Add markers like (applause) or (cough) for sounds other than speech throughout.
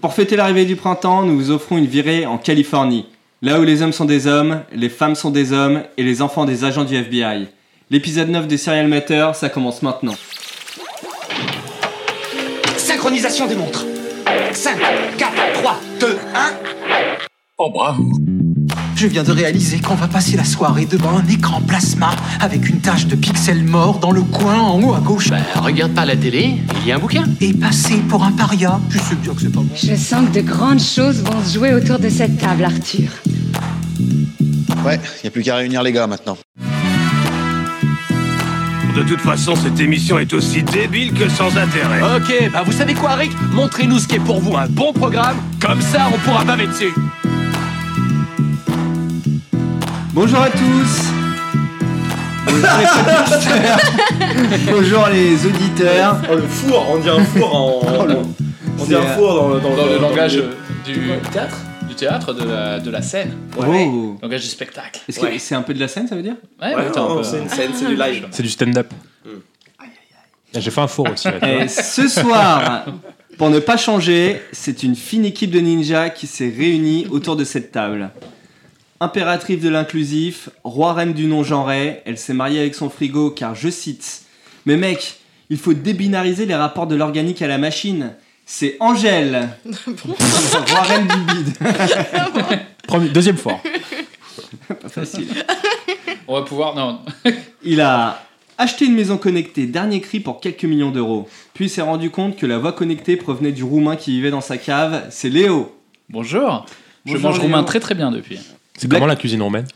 Pour fêter l'arrivée du printemps, nous vous offrons une virée en Californie. Là où les hommes sont des hommes, les femmes sont des hommes et les enfants des agents du FBI. L'épisode 9 des Serial Matter, ça commence maintenant. Synchronisation des montres. 5, 4, 3, 2, 1. Oh bravo Je viens de réaliser qu'on va passer la soirée devant un écran plasma avec une tache de pixels morts dans le coin en haut à gauche. Bah, Regarde pas la télé, il y a un bouquin. Et passer pour un paria. Je sais bien que c'est pas bon. Je sens que de grandes choses vont se jouer autour de cette table, Arthur. Ouais, y a plus qu'à réunir les gars maintenant. De toute façon, cette émission est aussi débile que sans intérêt. Ok, bah vous savez quoi, Rick Montrez-nous ce qui est pour vous un bon programme, comme ça on pourra baver dessus. Eh Bonjour à (laughs) tous Bonjour les podcasteurs. Bonjour les auditeurs Oh le four, on dit un four en. on dit C'est, euh, un four dans, Dans le langage le- du, théâtre du théâtre, de la, de la scène, Oh. langage du spectacle. Est-ce que c'est un peu de la scène ça veut dire Ouais, bah. Ah, Ouais, mais t'as un non, peu- c'est une scène, c'est du live. C'est du stand-up. J'ai fait un four aussi. là, tu vois. Et ce soir, pour ne pas changer, c'est une fine équipe de ninjas qui s'est réunie autour de cette table. Impératrice de l'inclusif, roi-reine du non-genré, elle s'est mariée avec son frigo car, je cite, Mais mec, il faut débinariser les rapports de l'organique à la machine. C'est Angèle Roi-reine du bide. Premier- deuxième four. Pas facile. On va pouvoir. Non, Il a acheté une maison connectée, dernier cri pour quelques millions d'euros. Puis s'est rendu compte que la voix connectée provenait du roumain qui vivait dans sa cave, c'est Léo. bonjour. Je Bonjour, mange Léo. roumain très très bien depuis. C'est Black- comment la cuisine romaine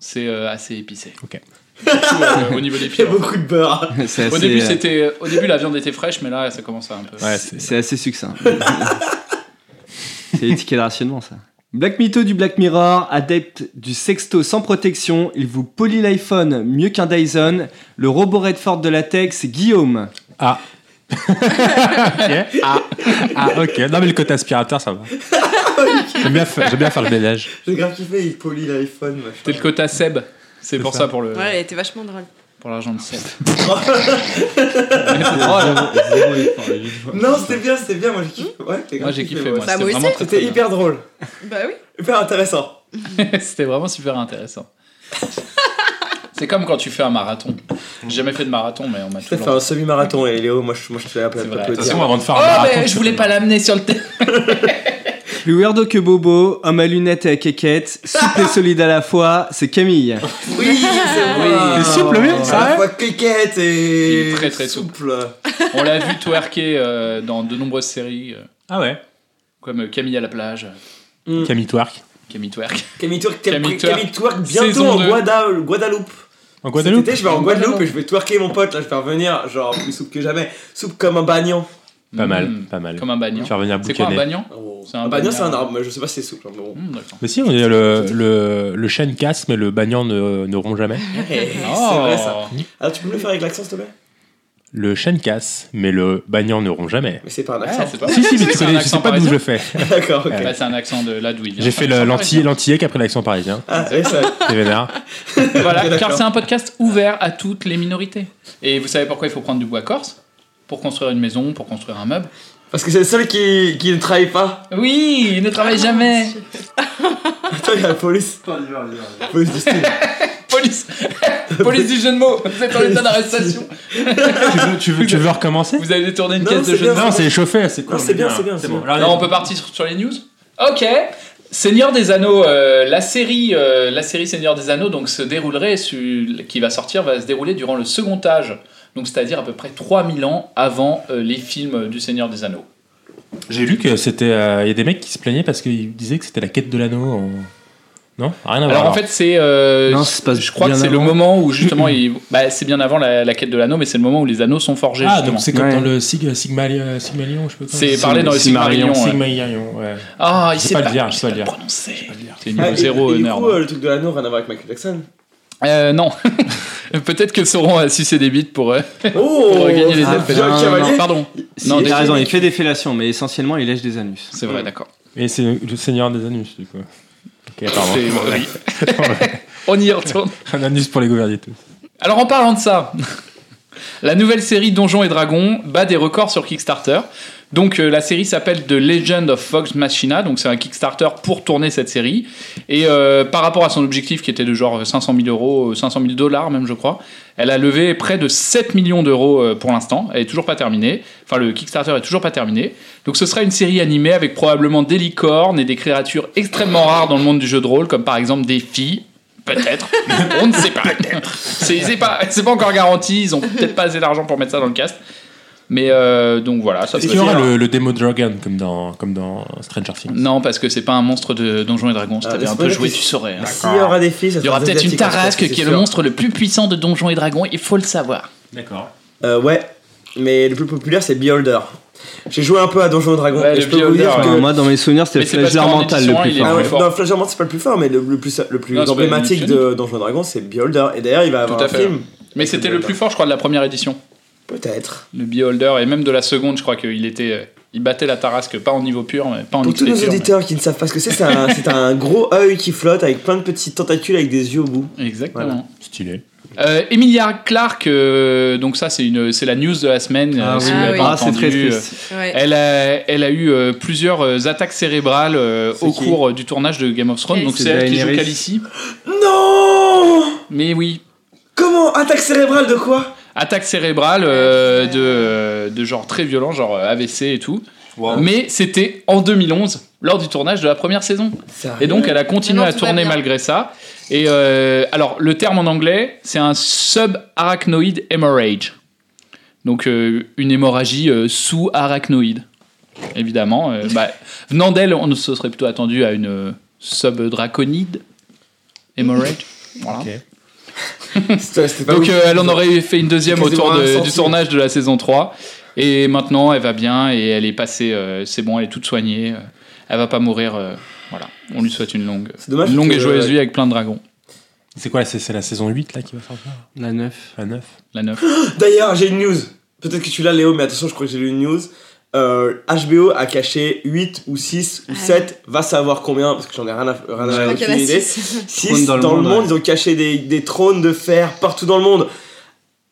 C'est euh, assez épicé. Ok. Surtout, euh, au niveau des Il y a (laughs) piments. beaucoup de beurre. (laughs) C'est Au assez, début, euh, c'était, au début, la viande était fraîche, mais là, ça commence à un peu. Ouais, c'est- c'est assez succinct. c'est les tickets de rationnement, ça. Black Mytho du Black Mirror, adepte du sexto sans protection, il vous polie l'iPhone mieux qu'un Dyson. Le robot Redford de la tech, c'est Guillaume. Ok. Ah. ah, ok. Non, mais le côté aspirateur, ça va. J'aime bien, fa- j'aime bien faire le ménage. J'ai grave kiffé, il polie l'iPhone. machin. T'es le quota Seb. C'est pour ça, pour, le, Ouais, elle était vachement drôle. pour l'argent de Seb. (laughs) Non, c'était bien, c'était bien, moi j'ai kiffé. Ouais, j'ai grave Hmm Moi, j'ai kiffé, moi. Bah, C'était moi vraiment aussi. très, très C'était hyper drôle, Bah oui. hyper intéressant. bien. C'était vraiment super intéressant. C'est comme quand tu fais un marathon. J'ai jamais fait de marathon, mais on m'a T'as tout fait un semi-marathon et Léo, moi je, moi, je te l'ai appelé C'est un vrai. peu Attention, dire. avant de faire un Oh, marathon. mais je voulais pas l'amener sur le thé. Plus weirdo que Bobo, homme à lunettes et à quéquette, souple et solide à la fois, c'est Camille. Oui, c'est vrai. T'es souple, lui, À ça la va fois cliquette et. Il est très, très On l'a vu twerker euh, dans de nombreuses séries, euh, Ah ouais. comme euh, Camille à la plage, euh, Camille Twerk. Camille twerk. Camille Twerk, Camille Camille Twerk. Camille Twerk, bientôt Saison en deux. Guada- Guadeloupe. En Guadeloupe Cet été, je vais en Guadeloupe et je vais twerker mon pote, là je vais revenir, genre plus souple que jamais. Souple comme un bagnon. Pas mal, Mm, pas mal. Comme un bagnon. Tu vas revenir C'est quoi un boucaner. bagnon C'est un un bagnon, bagnon. c'est un arbre, mais je sais pas si c'est souple. hein, (laughs) mais bon. Mm, d'accord. Mais si, on est le, le, le chêne casse, mais le bagnan ne, ne rompt jamais. Hey, (laughs) C'est Oh. vrai ça. Alors tu peux me le faire avec l'accent s'il te plaît Le chêne casse, mais le bagnan ne rompt jamais. Mais Ah, c'est pas un Ouais, accent. (laughs) c'est pas Si, si, mais C'est tu un connais, je accent sais pas d'où je parisien. le fais. D'accord, ok. Bah, c'est un accent de là d'où il vient. J'ai fait Ah, C'est un le- accent l'anti- l'antillais qui a pris l'accent parisien. Ah, oui, c'est vrai. C'est vénère. parisien. Ok, Voilà, (laughs) d'accord. car c'est un podcast ouvert à toutes les minorités. Et vous savez pourquoi il faut prendre du bois corse Pour construire une maison, pour construire un meuble. Parce que c'est le seul qui, qui ne travaille pas. (laughs) Oui, il ne travaille Ah, jamais. Attends, il y a la police. Police du style. Police (laughs) Police du jeu de mots Vous êtes en état d'arrestation tu, veux, tu, veux, tu veux recommencer Vous avez détourné une Non, caisse de c'est jeu de bien, mots Non, c'est échauffé, c'est Non, c'est bien, c'est bien, c'est bien. Là, Non, on peut partir sur, sur les news Ah, Ok. Seigneur des Anneaux, euh, la série, euh, la série Seigneur des Anneaux, donc se déroulerait, su- qui va sortir, va se dérouler durant le second âge, donc c'est-à-dire à peu près 3000 ans avant euh, les films du Seigneur des Anneaux. J'ai lu que c'était. euh, Il y a des mecs qui se plaignaient parce qu'ils disaient que c'était la quête de l'anneau. en- Non Rien à voir. Alors, en fait, c'est, euh, Non, ça se passe je crois bien que c'est le avant. moment où justement, il- bah, c'est bien avant la, la quête de l'anneau, mais c'est le moment où les anneaux sont forgés. ah, justement. donc c'est comme Ouais. dans le Sig- Sigmali- Sigmalion, je peux pas. C'est parlé dans le Silmarillion, ouais. Sigmalion, ouais. Ah, il Je sais sait pas pas, le dire, il je sait sais pas pas le le dire. prononcer. C'est Ah, niveau et- zéro et, du honneur. coup, euh, le truc de l'anneau, rien à voir avec Michael (laughs) Jackson. Euh, non. (laughs) Peut-être que Sauron a sucé des bites pour, euh, Oh pour gagner les ah, elfes. non, non, non. Pardon. Si, Non, il des- a raison, il fait des fellations, mais essentiellement il lèche des anus. C'est vrai, d'accord. Et c'est le Seigneur des Anus, du coup. (laughs) Ok, pardon. C'est- oui. (laughs) On y retourne. Un anus pour les gouverner tous. Alors en (laughs) parlant de ça, la nouvelle série Donjons et Dragons bat des records sur Kickstarter Donc euh, la série s'appelle The Legend of Vox Machina, donc c'est un Kickstarter pour tourner cette série. Et euh, par rapport à son objectif qui était de genre 500 000 euros, euh, 500 000 dollars même je crois, elle a levé près de 7 millions d'euros euh, pour l'instant. Elle est toujours pas terminée. Enfin le Kickstarter est toujours pas terminé. Donc ce sera une série animée avec probablement des licornes et des créatures extrêmement rares dans le monde du jeu de rôle, comme par exemple des filles. (laughs) Peut-être, on ne sait pas. C'est c'est pas, c'est pas encore garanti. Ils ont peut-être pas assez d'argent pour mettre ça dans le cast. Mais euh, donc voilà, ça Est-ce peut qu'il y aura faire- le, le démo Dragon comme dans, comme dans Stranger Things non, parce que c'est pas un monstre de Donjons et Dragons. Si Ah, t'avais un c'est peu vrai joué, que- tu saurais. hein. S'il y aura des hein, filles, ça Il y aura sera peut-être une asiatique, en fait, Tarasque c'est qui est sûr. le monstre le plus puissant de Donjons et Dragons, il faut le savoir. D'accord. Euh, ouais, mais le plus populaire c'est Beholder. J'ai joué un peu à Donjons et Dragons. Ouais, et le je peux vous Beholder, dire ouais. que. Enfin, moi, dans mes souvenirs, c'était Mais le c'est parce flash d'art qu'en mental édition, le plus il est Ah fort. plus ouais, fort. non, Flash Armand, c'est pas le plus fort, mais le, le plus, le plus Non, c'est pas emblématique Evolution. de Donjons et Dragons, c'est Beholder. Et d'ailleurs, il va avoir Tout à un fait. film. Mais c'était le plus fort, je crois, de la première édition, Peut-être. le Beholder, et même de la seconde, je crois qu'il était. euh, Il battait la Tarasque, pas en niveau pur, mais pas en Pour tous XP nos pur. mais- auditeurs qui ne savent pas ce que c'est, c'est un, c'est un gros œil qui flotte avec plein de petits tentacules avec des yeux au bout. Exactement. Stylé. Euh, Emilia Clarke, euh, donc ça, c'est une- c'est la news de la semaine. euh, si vous oui. l'avez Ah, pas Ah, c'est très entendu, euh, triste. Ouais. Elle a, elle a eu euh, plusieurs euh, attaques cérébrales euh, C'est au qui cours euh, du tournage de Game of Thrones, Yes. donc C'est c'est elle qui joue Daenerys. Khaleesi. Non Mais oui, Comment Attaque cérébrale de quoi attaque cérébrale euh, de, euh, de genre très violent, genre euh, AVC et tout. Mais c'était en 2011, lors du tournage de la première saison. Et donc elle a continué Maintenant, à tout va tourner bien. malgré ça. Et euh, alors le terme en anglais, c'est un sub-arachnoid hemorrhage. Donc euh, une hémorragie euh, sous-arachnoïde. Évidemment. euh, bah, venant d'elle, on se serait plutôt attendu à une euh, sub-draconide hemorrhage. Voilà. C'était c'était pas Donc ouf. euh, elle en aurait fait une deuxième au Quasiment tour de- Bah un centime. du tournage de la saison 3. Et maintenant, elle va bien et elle est passée. euh, c'est bon, elle est toute soignée. euh, elle va pas mourir. euh, voilà. On lui souhaite une longue, C'est dommage une longue que- et joyeuse vie avec plein de dragons. C'est quoi C'est c'est la saison 8 là qui va sortir La 9. La 9 La (laughs) neuf. D'ailleurs, j'ai une news. Peut-être que tu l'as, Léo, mais attention, je crois que j'ai lu une news. Euh, HBO a caché 8 ou 6 ou Ah. 7, va savoir combien, parce que j'en ai rien à rien Je à- crois qu'il y en aucune a idée. six. 6 dans, le ouais. monde, ils ont caché des, des trônes de fer partout dans le monde.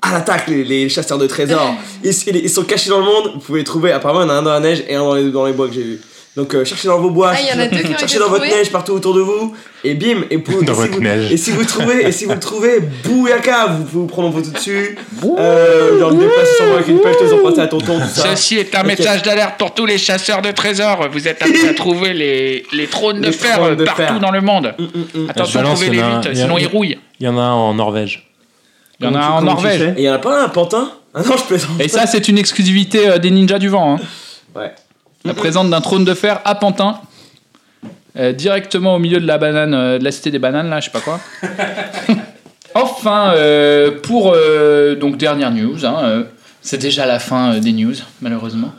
À l'attaque, les, les chasseurs (laughs) de trésors. Ils, ils- ils sont cachés dans le monde, vous pouvez les trouver. Apparemment, il y en a un dans la neige et un dans les, dans les bois que j'ai vu. Donc, euh, cherchez dans vos bois, Ah, il y en a deux qui ont été cherchez dans votre trouvés. neige partout autour de vous, et bim, et, Oh, (laughs) vous- Dans et si votre vous, neige. et si vous trouvez, et si vous le trouvez, bouyaka, vous pouvez vous prendre en photo dessus, euh, genre ne pas sur moi avec une pêche, te emprunter à tonton, tout ça. est un Ok. message d'alerte pour tous les chasseurs de trésors. Vous êtes appelés à trouver les, trônes de Les fer, trônes de euh, partout fer. dans le monde. Mm, mm, mm. Attention, balance, trouvez-les il y en a un- vite, il y a- sinon ils rouillent. Il y en a un en Norvège. Il y en a Comment un tu- en comment tu Norvège. sais Et il y en a pas un, un pantin Ah non, je plaisante. Et ça, c'est une exclusivité euh, des ninjas du vent. hein. Ouais. La présente d'un trône de fer à Pantin. euh, directement au milieu de la banane, euh, de la cité des bananes, là, je sais pas quoi. enfin, euh, pour euh, donc dernière news, hein, euh, c'est déjà la fin euh, des news, malheureusement.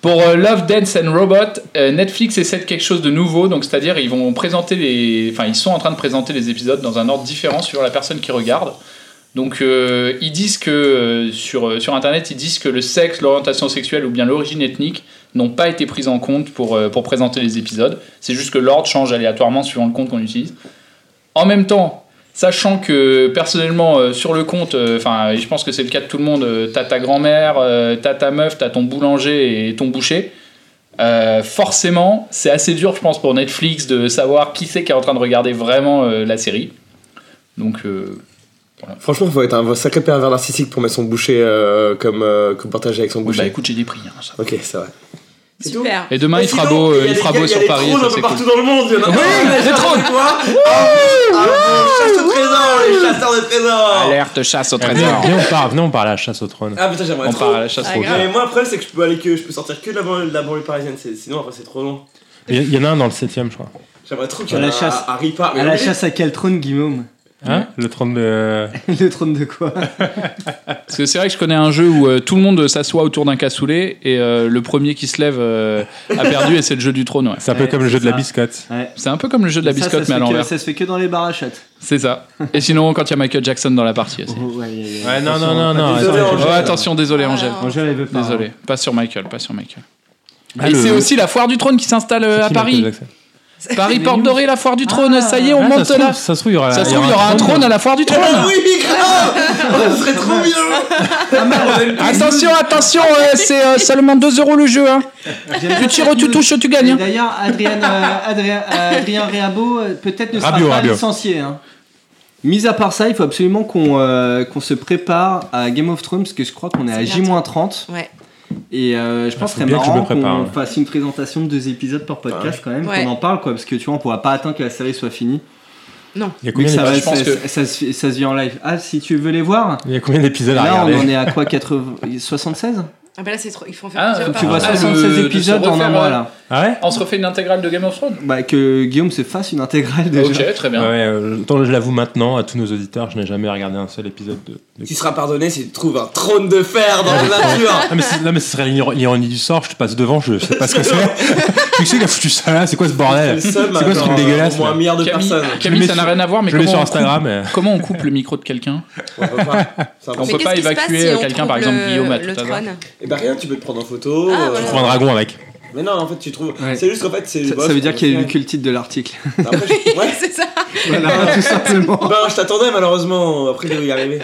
Pour euh, Love, Dance and Robot, euh, Netflix essaie de quelque chose de nouveau, donc c'est-à-dire ils vont présenter les, enfin ils sont en train de présenter les épisodes dans un ordre différent suivant la personne qui regarde. Donc euh, ils disent que euh, sur, euh, sur internet ils disent que le sexe, l'orientation sexuelle ou bien l'origine ethnique n'ont pas été prises en compte pour, euh, pour présenter les épisodes. C'est juste que l'ordre change aléatoirement suivant le compte qu'on utilise. En même temps, sachant que personnellement euh, sur le compte, enfin je pense que c'est le cas de tout le monde, euh, t'as ta grand-mère, euh, t'as ta meuf, t'as ton boulanger et ton boucher. Euh, forcément, c'est assez dur, je pense, pour Netflix de savoir qui c'est qui est en train de regarder vraiment euh, la série. Donc, euh, Franchement, faut être un sacré pervers narcissique pour mettre son boucher euh, comme, euh, comme partage avec son boucher. bah écoute, j'ai des prix. hein, ça. Ok, c'est vrai. Eh, C'est tout Super. Et demain, Mais il fera sinon, beau, euh, y a il des- fera y a- beau y a sur des Paris, trônes ça un peu c'est cool. partout dans le monde, il y en a Oui, des trônes quoi Ah bon, Chasse au trésor, les chasseurs de trésors Alerte chasse au Ah, trésor. Viens, viens, on part, viens, on part à la chasse au trône. Ah putain, j'aimerais On trop part à la chasse Ah, au grave. Mais moi, le problème, c'est que je peux, aller que, je peux sortir que de la banlieue, de la banlieue parisienne, c'est- sinon après c'est trop long. Il y, il y en a un dans le 7ème, je crois. J'aimerais trop qu'il y À en la ait un chasse. à, à Ripa. Mais À la oui. chasse à quel trône, Guillaume (laughs) Hein Le trône de. Le trône de quoi Parce que c'est vrai que je connais un jeu où euh, tout le monde s'assoit autour d'un cassoulet et euh, le premier qui se lève euh, a perdu et c'est le jeu du trône. ouais. C'est un peu Ouais, comme le c'est jeu de la ça. biscotte. Ouais. C'est un peu comme le jeu de la Ça, ça biscotte se mais à fait que- l'envers. Ça se fait que dans les bars à chatte. C'est ça. Et sinon, quand il y a Michael Jackson dans la partie aussi. Oh, ouais, ouais, ouais. Ouais, non, Attention, pas non, non, non. de- désolé, attends, Oh, Angèle. attention, désolé Angèle. Ah, Angèle, elle veut pas. Désolé, pas sur Michael, pas sur Michael. Ah, et le- c'est aussi la foire du trône qui s'installe euh, c'est à qui, Paris. Michael Jackson Paris Mais Porte où Dorée, la foire du trône, ça y est, on Ah, monte ça se là. trouve- Ça se trouve, il y aura, Bah, Ça se trouve, il y aura un trône à la foire du trône. Ah oui, grave Oh, Ça serait (laughs) trop bien Ah, Attention, attention, euh, c'est euh, seulement 2 euros le jeu. Hein. Tu tires ou tu touches, tu gagnes. Et hein. D'ailleurs, Adrien, euh, Adrien, euh, Adrien Réabo euh, peut-être ne sera Rabiot, pas Rabiot. licencié. hein. Mis à part ça, il faut absolument qu'on euh, qu'on se prépare à Game of Thrones, parce que je crois qu'on est à C'est J-30. Ouais. Et euh, je pense Ah, faut que c'est bien que je marrant me prépare, qu'on ouais. Ah, fasse une présentation de deux épisodes par podcast quand même, Ouais. qu'on en parle, quoi, parce que tu vois, on pourra pas attendre que la série soit finie. Il y a Vu que combien ça, va, je pense ça- que- ça se ça se vit en live. Ah, si tu veux les voir, d'ép- il y a combien d'épisodes à là on regarder en est à quoi 80... 76 Ah bah là, c'est trop. Il faut en faire Ah, plusieurs Faut que tu par vois an. Ah, 76 de- de se épisodes en un refaire, mois ouais. là. Ah ouais On se refait une intégrale de Game of Thrones Bah, que Guillaume se fasse une intégrale déjà. Ok, très Ouais, bien. euh, autant je l'avoue maintenant à tous nos auditeurs, je n'ai jamais regardé un seul épisode de. de- Tu seras pardonné si tu trouves un trône de fer dans la nature Ah mais c'est- non mais ce serait l'iro- l'ironie du sort, je te passe devant, je sais pas ce que c'est. Tu sais qu'il a foutu ça là, c'est quoi ce bordel C'est (laughs) C'est quoi ce truc dégueulasse euh, Au moins un là milliard de Camille, personnes. Camille, Je le ça mets n'a sur- rien à voir, mais Je le mets comment sur on, coupe, Instagram. euh, comment on coupe le micro de quelqu'un On peut pas. C'est On Mais impossible. peut qu'est-ce pas qui se passe évacuer, si on euh, quelqu'un, trouve par exemple, le- Guillaume, à le tout hasard. trône Eh bah rien, tu peux te prendre en photo. Ah, euh, voilà. Je prends un dragon avec. Mais non, en fait, tu trouves. Ouais. C'est juste qu'en fait, c'est. Ça, bah, ça veut c'est- dire qu'il a lu que le titre de l'article. Après, je- Ouais. C'est ça. (laughs) voilà, tout simplement. Ben, je t'attendais malheureusement. Après, je devais y arriver.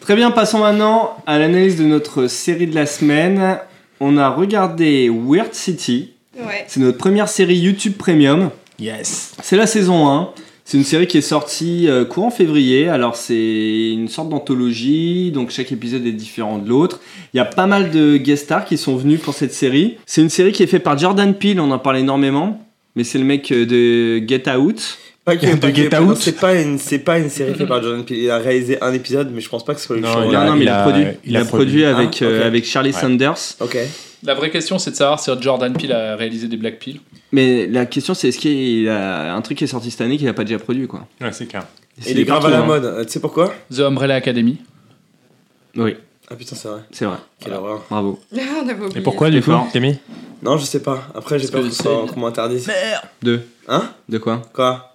Très bien, passons maintenant à l'analyse de notre série de la semaine. On a regardé Weird City. Ouais. (laughs) C'est notre première série YouTube Premium. Yes. C'est la saison 1. C'est une série qui est sortie euh, courant février. Alors, c'est une sorte d'anthologie, donc chaque épisode est différent de l'autre. Il y a pas mal de guest stars qui sont venus pour cette série. C'est une série qui est faite par Jordan Peele, on en parle énormément. Mais c'est le mec euh, de Get Out. Pas que, De pas que- Get non, Out. C'est pas une, c'est pas une série faite par Jordan Peele. Il a réalisé un épisode, mais je pense pas que ce soit lui. Non, qui il Non, le a- non, mais il a, produit. Il a produit Ah, avec, euh, ok. avec Charlie Ouais. Sanders. Ok. La vraie question, c'est de savoir si Jordan Peele a réalisé des Black Peel. Mais la question, c'est est-ce qu'il y a un truc qui est sorti cette année qu'il n'a pas déjà produit, quoi Ouais, c'est clair. C'est Il est grave à partout, la hein. mode. Euh, Tu sais pourquoi The Umbrella Academy. Oui, Ah putain, c'est vrai. c'est vrai. Quelle horreur. Bravo. Ah, on avait oublié. Et pourquoi du coup, fort. Camille Non, je sais pas. Après, j'ai Parce peur que qu'on soit- c'est- qu'on m'interdise. Deux. Hein De quoi Quoi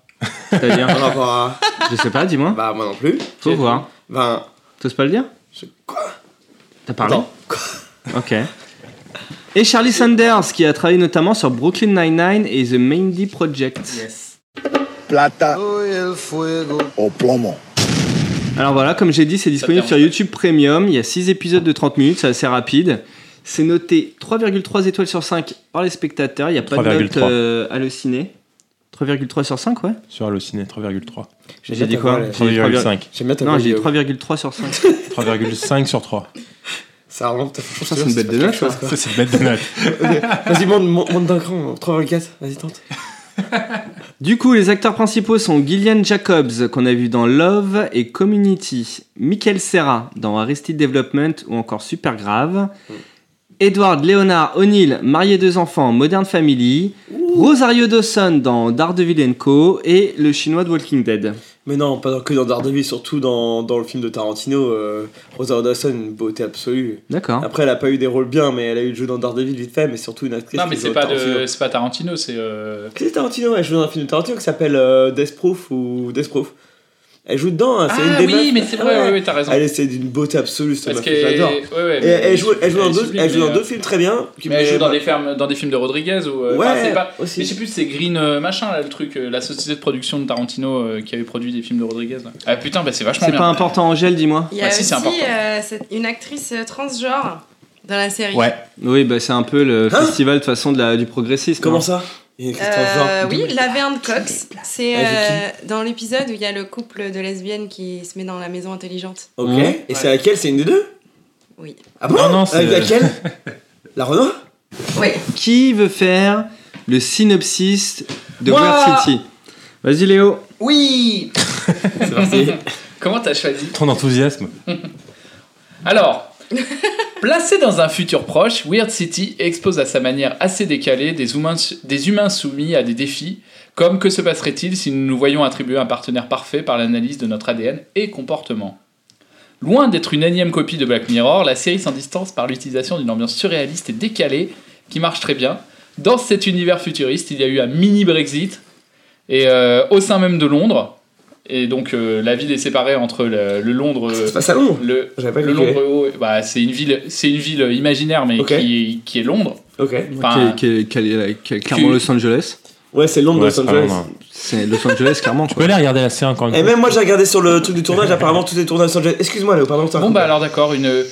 C'est-à-dire (laughs) Par rapport à. Je sais pas, dis-moi. Bah, moi non plus. Faut voir. Ben. T'oses pas le dire je- Quoi T'as parlé Attends. (laughs) Ok. Et Charlie Sanders, qui a travaillé notamment sur Brooklyn Nine-Nine et The Mindy Project. Plata au plomo. Alors voilà, comme j'ai dit, c'est disponible te sur dérange YouTube Premium. Il y a 6 épisodes de 30 minutes, c'est assez rapide. C'est noté 3,3 étoiles sur 5 par les spectateurs. Il n'y a pas de note 3,3. euh, hallucinée. 3,3 sur 5, ouais Sur Allociné, 3,3. J'ai dit quoi J'ai dit 3,5. 3,5. J'aime bien ta Non, voix, j'ai dit Guillaume. 3,3 sur 5. 3,5 sur 3. Ça remonte, franchement, Ça, c'est une bête de note, ça. Ça, c'est une bête de note. Vas-y, monte, monte monte d'un cran, 3,4, vas-y, tente. Du coup, les acteurs principaux sont Gillian Jacobs, qu'on a vu dans Love et Community, Michael Serra dans Arrested Development ou encore Super Grave, Hmm. Edward Leonard O'Neill, marié deux enfants, Modern Family, Rosario Dawson dans Daredevil Co. et le chinois de Walking Dead. Mais non, pas dans- que dans Daredevil, surtout dans, dans le film de Tarantino, euh, Rosario Dawson, une beauté absolue. D'accord. Après, elle a pas eu des rôles bien, mais elle a eu joué dans Daredevil vite fait, mais surtout une actrice. Non, qui mais joue c'est dans pas, Tarantino. de, c'est pas Tarantino, c'est. euh, C'est Tarantino, elle joue dans un film de Tarantino qui s'appelle euh, Death Proof ou Death Proof. Elle joue dedans, hein, c'est Ah une des oui, meufs- mais c'est Ah vrai, ouais. oui, oui, t'as raison. Elle est c'est d'une beauté absolue, cette Parce meuf, que. j'adore. ouais, ouais, Et elle joue, elle joue dans, elle est deux, sublime, elle joue dans mais, deux euh, films très bien. qui- Mais elle joue dans des, fermes, dans des films de Rodriguez ou. euh, Ouais, enfin, c'est pas- aussi. Mais je sais plus, c'est Green euh, machin là, le truc, euh, la société de production de Tarantino euh, qui avait produit des films de Rodriguez. Là. Ah putain, bah c'est vachement C'est bien. pas important, Angèle, dis-moi. Il y a Bah, si, c'est aussi important. euh, cette- une actrice euh, transgenre dans la série. Ouais. Oui, bah, c'est un peu le Hein festival de toute façon de la- du progressisme. Comment hein. ça Il y a une Euh, actrice transgenre. oui, Laverne Cox, c'est Elle fait euh, dans l'épisode où il y a le couple de lesbiennes qui se met dans la maison intelligente. Ok, Mmh. et c'est laquelle C'est une des deux Oui. Ah bon Non, non, c'est- Avec laquelle La Renault Oui. Qui veut faire le synopsis de Moi Weird City Vas-y, Léo. Oui (laughs) C'est parti. Comment t'as choisi Ton enthousiasme. Alors, placé dans un futur proche, Weird City expose à sa manière assez décalée des humains, des humains soumis à des défis, comme que se passerait-il si nous nous voyions attribuer un partenaire parfait par l'analyse de notre ADN et comportement Loin d'être une énième copie de Black Mirror, la série s'en distance par l'utilisation d'une ambiance surréaliste et décalée qui marche très bien. Dans cet univers futuriste, il y a eu un mini Brexit, et euh, au sein même de Londres, Et donc euh, la ville est séparée entre le, le Londres, Ça se passe à Londres le, J'avais pas le calculé. Londres haut. Bah, c'est une ville, c'est une ville euh, imaginaire, mais Ok. qui, est, qui est Londres. Ok. Enfin, Qui est- qui est- qui est- qui est clairement Tu- Los Angeles. Ouais, c'est Londres, Ouais, Los c'est pas Angeles. loin. C'est Los Angeles, clairement. Tu quoi. peux aller regarder la série encore une Et fois. même moi, j'ai regardé sur le truc du tournage, apparemment, tout est tourné à Los Angeles. Excuse-moi, Léo, pardon. je te Bon raconte. bah alors d'accord, une, euh,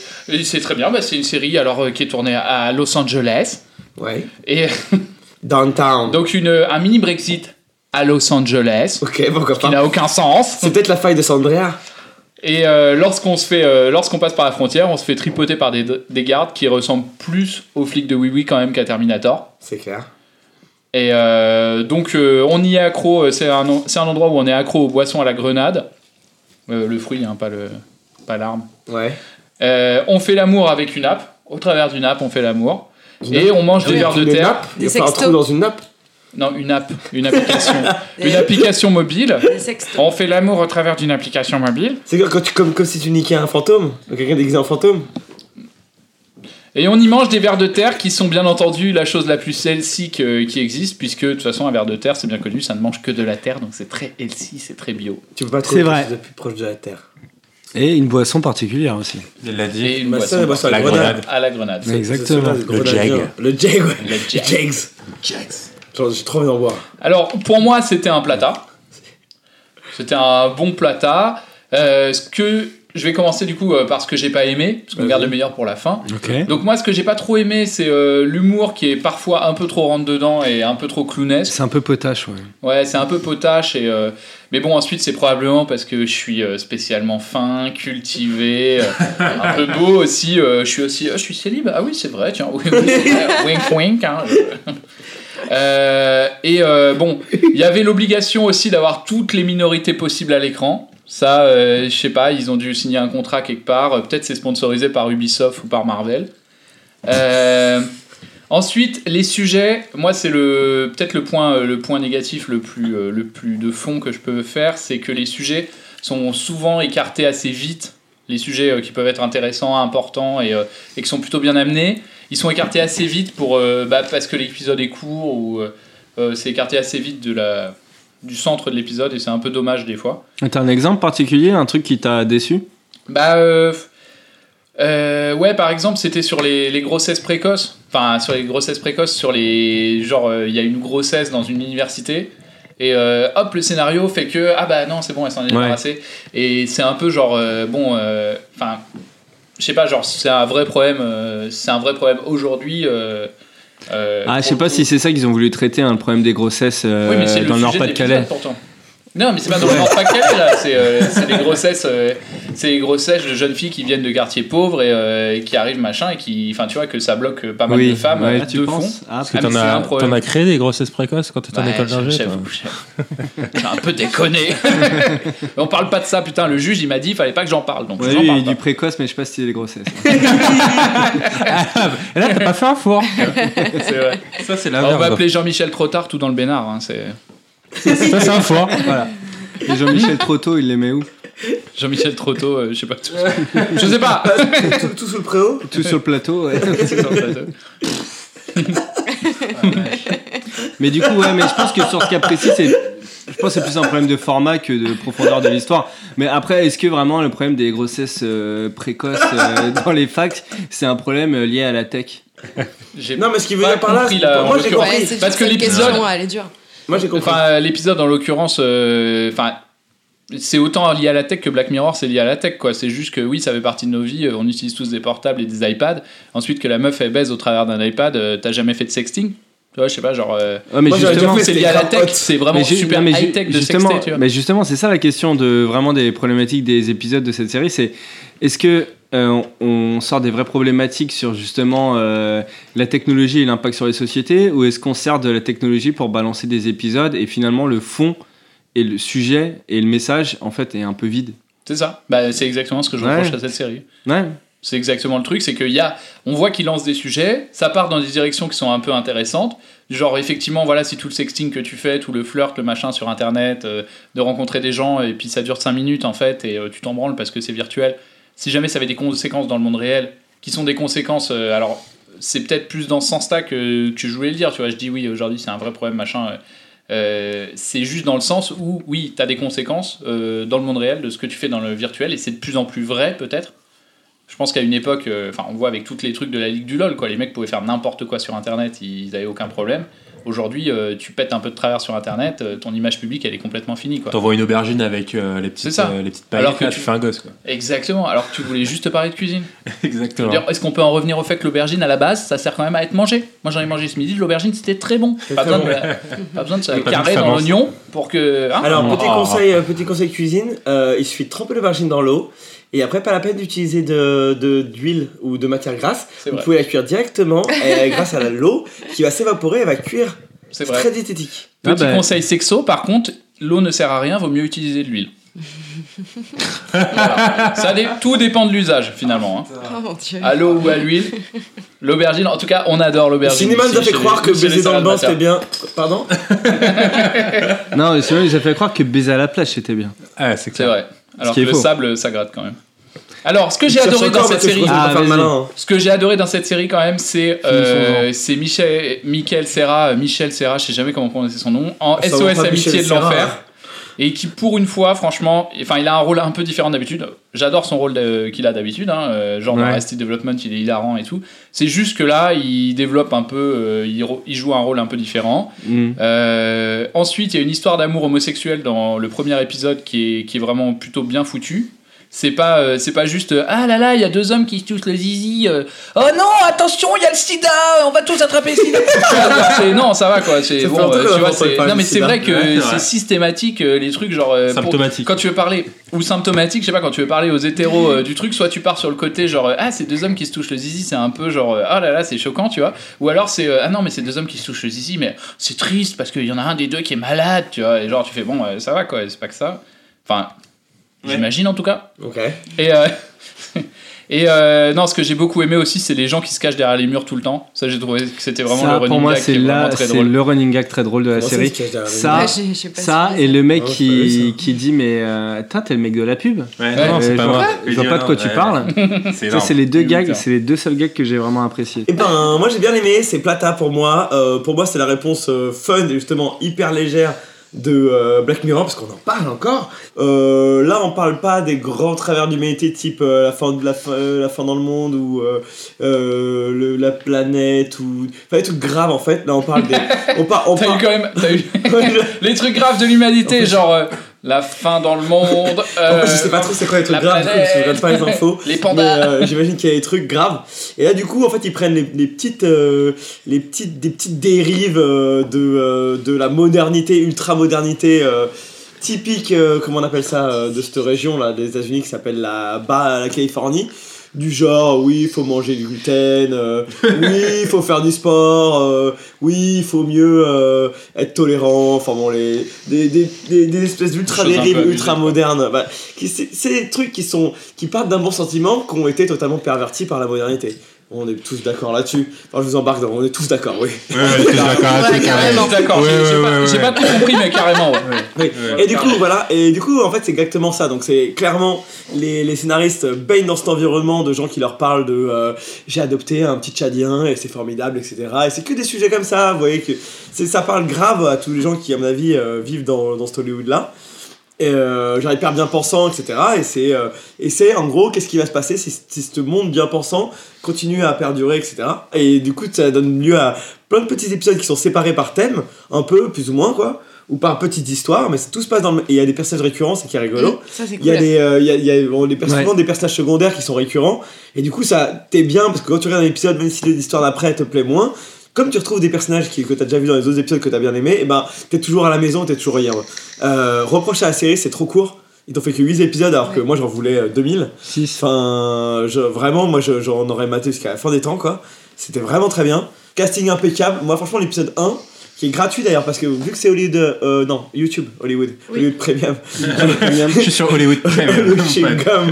c'est très bien. Bah, c'est une série alors euh, qui est tournée à Los Angeles Ouais. et (laughs) Downtown. donc une euh, un mini Brexit à Los Angeles ok, pourquoi qui pas. n'a aucun sens. C'est peut-être la faille de Sandria. Et euh, lorsqu'on se fait, euh, lorsqu'on passe par la frontière, on se fait tripoter par des, des gardes qui ressemblent plus aux flics de Oui Oui quand même qu'à Terminator. C'est clair. Et euh, donc euh, on y est accro, euh, c'est un, en- c'est un endroit où on est accro aux boissons à la grenade, Euh, le fruit, hein, pas le- pas l'arme. Ouais. Euh, on fait l'amour avec une nappe, au travers d'une nappe on fait l'amour, et on mange des vers de Ah Une terre. nappe Il y a Des pas un sextos. trou dans une nappe Non, une app, une application, une Des- application mobile. Des sextos. On fait l'amour au travers d'une application mobile C'est comme quand tu, comme, comme si tu niquais un fantôme. Donc, Quelqu'un déguisé en fantôme. et on y mange des vers de terre qui sont bien entendu la chose la plus healthy que- qui existe puisque de toute façon un verre de terre c'est bien connu ça ne mange que de la terre donc c'est très healthy c'est très bio Tu peux pas trouver C'est vrai. quelque chose de plus proche de la terre. Et une boisson particulière aussi. Il l'a dit. et une Bah, ça, boisson la boisson à la à grenade. à la grenade Exactement. C'est- c'est- c'est- c'est- Le c'est- jag. Le jag, ouais. Le jag. Jags. Genre, J'ai trop envie d'en boire. alors pour moi c'était un plata c'était un bon plata Euh, ce que je vais commencer du coup euh, par ce que j'ai pas aimé parce qu'on Vas-y. garde le meilleur pour la fin Ok. Donc moi, ce que j'ai pas trop aimé, c'est euh, l'humour qui est parfois un peu trop rentre dedans et un peu trop clownesque. C'est un peu potache, ouais. Ouais, c'est un peu potache et euh, mais bon, ensuite c'est probablement parce que je suis euh, spécialement fin, cultivé, euh, un peu beau aussi. euh, je suis aussi, euh, je suis célib. Ah oui, c'est vrai. Tiens, oui, oui, c'est vrai. wink wink. hein, je- Euh, et euh, bon, il y avait l'obligation aussi d'avoir toutes les minorités possibles à l'écran. Ça, euh, je sais pas, ils ont dû signer un contrat quelque part. Euh, Peut-être c'est sponsorisé par Ubisoft ou par Marvel. Euh, Ensuite, les sujets, moi c'est le peut-être le point euh, le point négatif le plus euh, le plus de fond que je peux faire, c'est que les sujets sont souvent écartés assez vite. Les sujets euh, qui peuvent être intéressants, importants et, euh, et qui sont plutôt bien amenés, ils sont écartés assez vite pour euh, bah, parce que l'épisode est court ou euh, euh, c'est écarté assez vite de la du centre de l'épisode et c'est un peu dommage des fois. Et T'as un exemple particulier, un truc qui t'a déçu Bah euh, f- euh, ouais, par exemple, c'était sur les, les grossesses précoces. Enfin, sur les grossesses précoces, sur les genre euh, il y a une grossesse dans une université et euh, hop le scénario fait que ah bah non c'est bon elle s'en est débarrassée et c'est un peu genre euh, bon euh, enfin je sais pas genre c'est un vrai problème euh, c'est un vrai problème aujourd'hui. euh, euh, Ah, je sais pour pas le si coup. c'est ça qu'ils ont voulu traiter, hein, le problème des grossesses euh, Oui, mais c'est dans le sujet Nord-Pas-de-Calais. l'épisode, pourtant. Non, mais c'est pas dans le Nord-Pas-de-Calais, là. C'est euh, c'est des grossesses, euh, c'est des grossesses de jeunes filles qui viennent de quartiers pauvres et euh, qui arrivent machin et qui, enfin, tu vois que ça bloque euh, pas mal de femmes ouais, euh, tu de fond. penses Ah, Parce que Ah, mais t'en c'est un as, problème. t'en as créé des grossesses précoces quand t'étais en Ouais, école j'avoue, d'ingé. toi. j'avoue, j'avoue. J'ai un (laughs) peu déconné. On parle pas de ça, putain. Le juge, il m'a dit, il fallait pas que j'en parle, donc Ouais, j'en lui, il parle est pas. du précoce, mais je sais pas si c'est des grossesses. (laughs) Et là, t'as pas fait un four. Ah C'est vrai. Ça, c'est la Alors, on va appeler Jean-Michel Trottard tout dans le Bénard. hein, c'est Ça, c'est (laughs) un four. Voilà. Et Jean-Michel Trotto, il les met où Jean-Michel Trotto, euh, (laughs) je sais pas. tout- Je sais pas. tout, tout sous le préau Tout sur le plateau, ouais. (laughs) Mais du coup, ouais, mais je pense que sur ce cas précis, c'est. Je pense que c'est plus un problème de format que de profondeur de l'histoire. Mais après, est-ce que vraiment le problème des grossesses euh, précoces euh, dans les facs, c'est un problème euh, lié à la tech J'ai Non, mais ce qu'il veut pas dire par là, compris, c'est- moi, en j'ai l'occurrence. Ouais, c'est Oh, Parce juste que cette l'épisode- question, Elle est dure. Moi, j'ai compris. Enfin, euh, l'épisode en l'occurrence, euh, enfin, c'est autant lié à la tech que Black Mirror, c'est lié à la tech, quoi. C'est juste que oui, ça fait partie de nos vies. euh, On utilise tous des portables et des iPads. Ensuite, que la meuf est baise au travers d'un iPad, euh, t'as jamais fait de sexting Tu vois, je sais pas, genre. euh, Ouais, mais Moi, j'aurais justement, dit- c'est lié à la tech, c'est vraiment mais ju- super non, mais ju- high tech de justement, sexter, tu vois. Mais justement, c'est ça la question de vraiment des problématiques des épisodes de cette série, c'est est-ce que euh, on on sort des vraies problématiques sur justement euh, la technologie et l'impact sur les sociétés, ou est-ce qu'on sert de la technologie pour balancer des épisodes et finalement le fond et le sujet et le message en fait est un peu vide. C'est ça. Bah, c'est exactement ce que je Ouais. reproche à cette série. Ouais. C'est exactement le truc, c'est qu'il y a, on voit qu'il lance des sujets, ça part dans des directions qui sont un peu intéressantes. Genre, effectivement, voilà, si tout le sexting que tu fais, tout le flirt, le machin sur internet, euh, de rencontrer des gens, et puis ça dure 5 minutes en fait, et euh, tu t'en branles parce que c'est virtuel. Si jamais ça avait des conséquences dans le monde réel, qui sont des conséquences, euh, alors c'est peut-être plus dans ce sens-là que, que je voulais le dire, tu vois. Je dis oui, aujourd'hui c'est un vrai problème, machin. euh, Euh, c'est juste dans le sens où, oui, tu as des conséquences euh, dans le monde réel de ce que tu fais dans le virtuel, et c'est de plus en plus vrai, peut-être. Je pense qu'à une époque, euh, enfin, on voit avec tous les trucs de la Ligue du LoL, quoi, les mecs pouvaient faire n'importe quoi sur Internet, ils n'avaient aucun problème. Aujourd'hui, euh, tu pètes un peu de travers sur Internet, euh, ton image publique, elle est complètement finie, quoi. T'envoies une aubergine avec euh, les, C'est petites, ça. euh, les petites Alors paillettes, que là, tu- tu fais un gosse. Quoi. Exactement, alors que tu voulais juste parler de cuisine. Je veux Exactement. dire, Est-ce qu'on peut en revenir au fait que l'aubergine, à la base, ça sert quand même à être mangé Moi, j'en ai mangé ce midi, de l'aubergine, c'était très bon. Pas besoin, de, la- pas besoin de se Pas besoin de carrer faire dans mince. l'oignon pour que... hein Alors, Ah. petit, conseil, euh, petit conseil cuisine, euh, il suffit de tremper l'aubergine dans l'eau. Et après, pas la peine d'utiliser de, de- d'huile ou de matière grasse. C'est Vous vrai. pouvez la cuire directement euh, grâce à l'eau qui va s'évaporer et va cuire. c'est C'est vrai. très diététique. Petit Ah bah. conseil sexo, par contre, l'eau ne sert à rien, vaut mieux utiliser de l'huile. Voilà. Ça dé- tout dépend de l'usage finalement. hein. Oh mon dieu. À l'eau ou à l'huile. L'aubergine, en tout cas, on adore Le l'aubergine. cinéma nous a ici, fait chez croire les- que chez les baiser dans le salades bain mater. c'était bien. Pardon Non, mais sinon, ils ont fait croire que baiser à la plage, c'était bien. Ah, c'est C'est clair. vrai. Alors qui que est le faux. sable, ça gratte quand même. Alors, ce que j'ai Je cherche adoré dans encore, cette parce que je série, pense que je vais Ah, pas faire le vas-y. malin, hein. ce que j'ai adoré dans cette série quand même, c'est euh, c'est Michel, Michael Serra, euh, Michel Serra, je sais jamais comment prononcer son nom, en Ah, Ça va SOS pas, Amitié Michel de Serra, l'enfer. hein. et qui pour une fois franchement enfin il a un rôle un peu différent d'habitude j'adore son rôle de- qu'il a d'habitude hein, euh, genre dans Ouais. Arrested Development il est hilarant et tout c'est juste que là il développe un peu euh, il, ro- il joue un rôle un peu différent Mm. Euh, ensuite il y a une histoire d'amour homosexuel dans le premier épisode qui est, qui est vraiment plutôt bien foutu c'est pas, euh, c'est pas juste euh, ah là là il y a deux hommes qui se touchent le zizi euh, oh non attention il y a le sida on va tous attraper le (laughs) sida C'est- non ça va quoi c'est Ça fait bon longtemps euh, qu'on tu a vois pas entendu c'est- parler non mais du c'est sida. vrai que Ouais, c'est c'est vrai. systématique euh, les trucs genre euh, pour- Symptomatique. quand tu veux parler ou symptomatique, je sais pas, quand tu veux parler aux hétéros euh, du truc, soit tu pars sur le côté genre euh, ah c'est deux hommes qui se touchent le zizi, c'est un peu genre euh, ah là là c'est choquant, tu vois, ou alors c'est euh, ah non mais c'est deux hommes qui se touchent le zizi, mais c'est triste parce qu'il y en a un des deux qui est malade, tu vois, et genre tu fais bon euh, ça va quoi, c'est pas que ça, enfin j'imagine en tout cas. Ok. Et, euh, (laughs) et euh, non, ce que j'ai beaucoup aimé aussi, c'est les gens qui se cachent derrière les murs tout le temps. Ça, j'ai trouvé que c'était vraiment le Ça, running pour moi, gag qui c'est est vraiment là, très c'est drôle. le running gag très drôle de la Comment ça, série. il se cache derrière les Ça, murs Ouais, j'ai- j'ai pas Ça, suivi et le mec Ah, c'est pas qui, vrai, qui dit Mais euh, tain, t'es le mec de la pub Ouais, Ouais. non, non, Euh, c'est je pas vois moi. Je vois pas de quoi tu Ouais, parles. (laughs) C'est Ça, énorme. c'est les deux Et gags, Luther. c'est les deux seuls gags que j'ai vraiment appréciés. Eh ben, moi j'ai bien aimé, c'est plata pour moi. Euh, pour moi, c'est la réponse euh, fun et justement hyper légère de euh, Black Mirror, parce qu'on en parle encore. Euh, là, on parle pas des grands travers de l'humanité, type euh, la, fin, de- la, fin, euh, la fin dans le monde ou euh, euh, le- la planète ou. Enfin, des trucs graves en fait. Là, on parle des. on par- on (laughs) T'as eu parle. quand même t'as eu (laughs) les trucs graves de En l'humanité, fait, genre euh, la fin dans le monde. En fait, je euh, sais pas trop c'est quoi les trucs la graves, du coup, parce que je regarde pas les planète. infos. Les pandas. Mais, euh, J'imagine qu'il y a des trucs graves. Et là, du coup, en fait, ils prennent les, les petites, euh, les petites, des petites dérives euh, de, euh, de la modernité, ultra-modernité euh, typique, euh, comment on appelle ça, euh, de cette région-là, des États-Unis, qui s'appelle la bas la Californie. Du genre, oui, il faut manger du gluten, (laughs) euh, oui, il faut faire du sport, euh, oui, il faut mieux euh, être tolérant, enfin bon, les, des, des, des, des espèces Choses un peu d'ultra-dérives, abusées, ultra-modernes. Bah, qui- c'est c'est des trucs qui sont qui partent d'un bon sentiment qui ont été totalement pervertis par la modernité. On est tous d'accord là-dessus. Enfin, je vous embarque dans. On est tous d'accord, oui. Ouais, ouais, (laughs) je suis d'accord euh, avec toi, carrément. ouais. D'accord, Ouais, j'ai- j'ai ouais, pas- ouais, j'ai ouais. pas tout compris, mais carrément. ouais. Oui. Ouais. Et du coup, voilà. Et du coup, en fait, c'est exactement ça. Donc, c'est clairement les, les scénaristes baignent dans cet environnement de gens qui leur parlent de euh, j'ai adopté un petit Tchadien et c'est formidable, etc. Et c'est que des sujets comme ça. Vous voyez que c'est ça parle grave à tous les gens qui, à mon avis, euh, vivent dans, dans cet Hollywood-là. Et euh, genre hyper bien pensant, etc. Et c'est euh, et c'est en gros qu'est-ce qui va se passer si, si ce monde bien pensant continue à perdurer, etc. Et du coup, ça donne lieu à plein de petits épisodes qui sont séparés par thème, un peu plus ou moins quoi, ou par petites histoires, mais tout se passe dans le... et il y a des personnages récurrents, c'est qui est rigolo. Ça, c'est cool. Il y a des, euh, il y a, il y a- on les perçoit Ouais. souvent des personnages secondaires qui sont récurrents. Et du coup, ça, t'es bien parce que quand tu regardes un épisode, même si l'histoire d'après te plaît moins, comme tu retrouves des personnages qui, que t'as déjà vu dans les autres épisodes que t'as bien aimé, et ben t'es toujours à la maison, t'es toujours rien. Euh, reproche à la série, c'est trop court. Ils t'ont fait que 8 épisodes alors que Ouais. moi j'en voulais euh, 2000. Six. Enfin, je- vraiment, moi je- j'en aurais maté jusqu'à la fin des temps, quoi. C'était vraiment très bien. Casting impeccable. Moi, franchement, l'épisode 1, qui est gratuit d'ailleurs, parce que vu que c'est Hollywood. euh, non, YouTube, Hollywood. Oui. Hollywood Premium. Je suis sur Hollywood (laughs) (laughs) Premium. Le chewing-gum.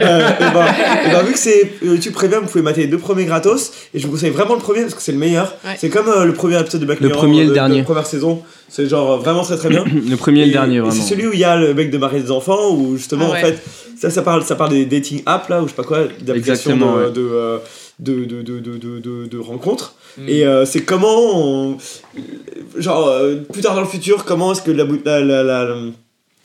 Euh, et, ben, et ben, vu que c'est YouTube Premium, vous pouvez mater les deux premiers gratos. Et je vous conseille vraiment le premier parce que c'est le meilleur. Ouais. C'est comme euh, le premier épisode de Black Le Mirror. premier et euh, le de- de dernier. la première saison. C'est genre euh, vraiment très très bien. (clears throat) Le premier et le dernier, vraiment. C'est celui où il y a le mec de marier des enfants, où justement, Ah ouais. en fait, ça, ça parle, ça parle des dating apps, là, ou je sais pas quoi, d'applications de, Exactement, ouais. de, euh, de, de, de, de, de- de- de rencontres. Et euh, c'est comment, on- genre, euh, plus tard dans le futur, comment est-ce que la, bou- la, la- la-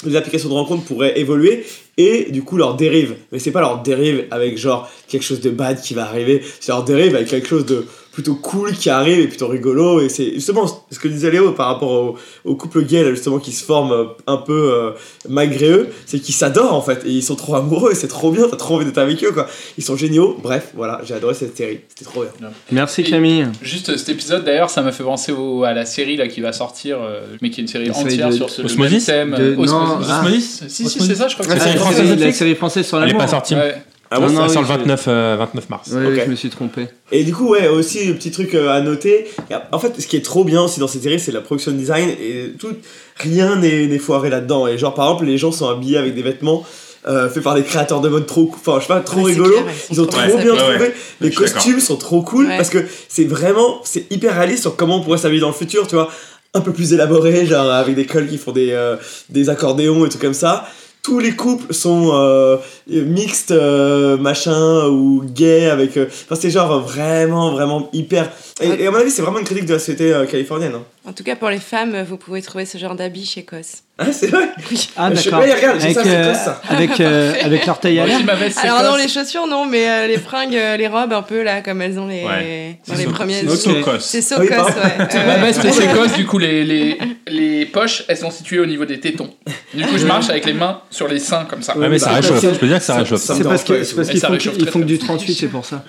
les applications de rencontre pourraient évoluer et du coup leur dérive. Mais c'est pas leur dérive avec genre quelque chose de bad qui va arriver, c'est leur dérive avec quelque chose de plutôt cool qui arrive et plutôt rigolo. Et c'est justement ce que disait Léo par rapport au, au couple gay là, justement qui se forme euh, un peu euh, malgré eux, c'est qu'ils s'adorent en fait et ils sont trop amoureux et c'est trop bien, t'as trop envie d'être avec eux quoi. Ils sont géniaux, bref, voilà, j'ai adoré cette série, c'était trop bien. Merci Et- Camille. Juste cet épisode d'ailleurs, ça m'a fait penser au- à la série là qui va sortir, euh, mais qui est une série La série entière de- sur ce le Osmosis même thème. De- euh, non, Osmosis. ah. Osmosis Si, si, Osmosis. c'est ça, je crois que La c'est Ah, série ça. française. la série française sur Elle est l'amour. pas sortie. Ouais. Ah bon, Elle Non, sort oui, le c'est- 29, euh, 29 mars. Oui, Ok. je me suis trompé. Et du coup, ouais, aussi, le petit truc euh, à noter. y a- En fait, ce qui est trop bien aussi dans cette série, c'est la production design et tout. Rien n'est n'est foiré là-dedans. Et genre, par exemple, les gens sont habillés avec des vêtements euh, faits par des créateurs de mode trop, cou- enfin, je sais pas, trop Ouais, c'est rigolos. clair, ils sont Ils ont trop trop bien bien habillés. trouvé. Les Je suis d'accord. costumes sont trop cool Ouais. parce que c'est vraiment, c'est hyper réaliste sur comment on pourrait s'habiller dans le futur, tu vois. Un peu plus élaboré, genre avec des cols qui font des, euh, des accordéons et tout comme ça. Tous les couples sont euh, mixtes, euh, machin, ou gays avec. euh, Enfin, c'est genre vraiment, vraiment hyper. Et, et à mon avis, c'est vraiment une critique de la société euh, californienne. Hein. En tout cas, pour les femmes, vous pouvez trouver ce genre d'habit chez Cos. Ah, (laughs) c'est vrai! Ah Je- d'accord. ouais, regarde, j'ai avec ça, c'est euh, classe, ça. avec euh, avec l'orteil à Moi l'air. aussi, ma veste, c'est Alors non, classe. les chaussures non, mais euh, les fringues, euh, les robes un peu là, comme elles ont les Ouais. dans les premiers. c'est sous- Socos. C'est Ah Socos, oui, (laughs) ouais. pardon. Ouais, Ma bah, ouais. (laughs) veste c'est Cos, du coup les, les, les poches elles sont situées au niveau des tétons. Du coup je marche avec les mains sur les seins comme ça. Ouais, mais ça bah, réchauffe. c'est- Je peux dire que ça réchauffe. ça me C'est parce dérange pas, que- c'est parce Et qu'ils ça font, réchauffe ils très, font que très du 38, c'est pour ça.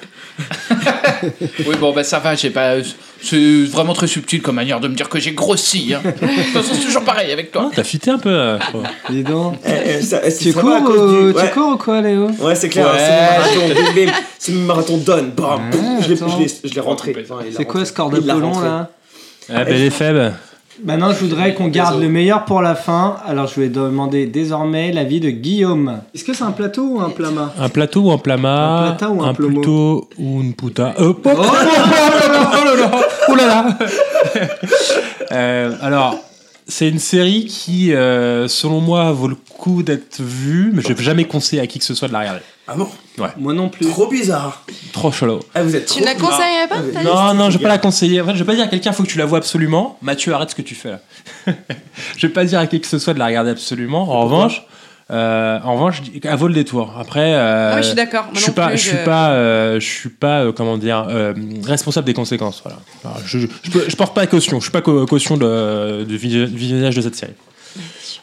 Oui bon bah ça va, j'ai pas. C'est vraiment très subtil comme manière de me dire que j'ai (laughs) grossi. Hein. De toute façon c'est toujours pareil avec toi. Ah, T'as fité un peu. euh, je crois. Dis donc. Eh, eh, ça- eh, c'est Tu ça cours, va à cause du- ou... ouais. tu cours ou quoi, Léo Ouais, c'est clair, Ouais. c'est mon marathon, bim, bim. c'est mon marathon donne, bam, boum, Ouais, je l'ai- attends. je l'ai- je l'ai rentré. Enfin, il l'a Mmh. C'est quoi rentré. ce corps Il l'a d'Apollon rentré. là Ah, Belle et faible. Maintenant, je voudrais qu'on garde le meilleur pour la fin. Alors, je vais demander désormais l'avis de Guillaume. Est-ce que c'est un plateau ou un plat Un plateau ou un plama Un plata ou un plomo plutôt ou une puta Euh, pop- Oh Oh là là (laughs) Euh, Alors, c'est une série qui, euh, selon moi, vaut le coup d'être vue, mais je vais jamais conseiller à qui que ce soit de la regarder. Ah bon Moi non plus. Trop bizarre. Trop chelou. Ah, vous êtes Tu trop ne la bizarre. conseillerais pas Ah, t'as Non, dit, non, je vais c'est pas la conseiller. En fait, je vais pas dire à quelqu'un, faut que tu la vois absolument. Mathieu, arrête ce que tu fais là. (laughs) je vais pas dire à qui que ce soit de la regarder absolument. En revanche, euh, en revanche, je dis- elle vaut le détour. Après, euh, Ah oui, je suis d'accord. moi je suis non pas, plus, je suis pas, euh, je suis pas, euh, comment dire, euh, responsable des conséquences. Voilà. Alors, je, je, je peux- je porte pas la caution. Je suis pas co- caution de- du visio- visionnage de cette série.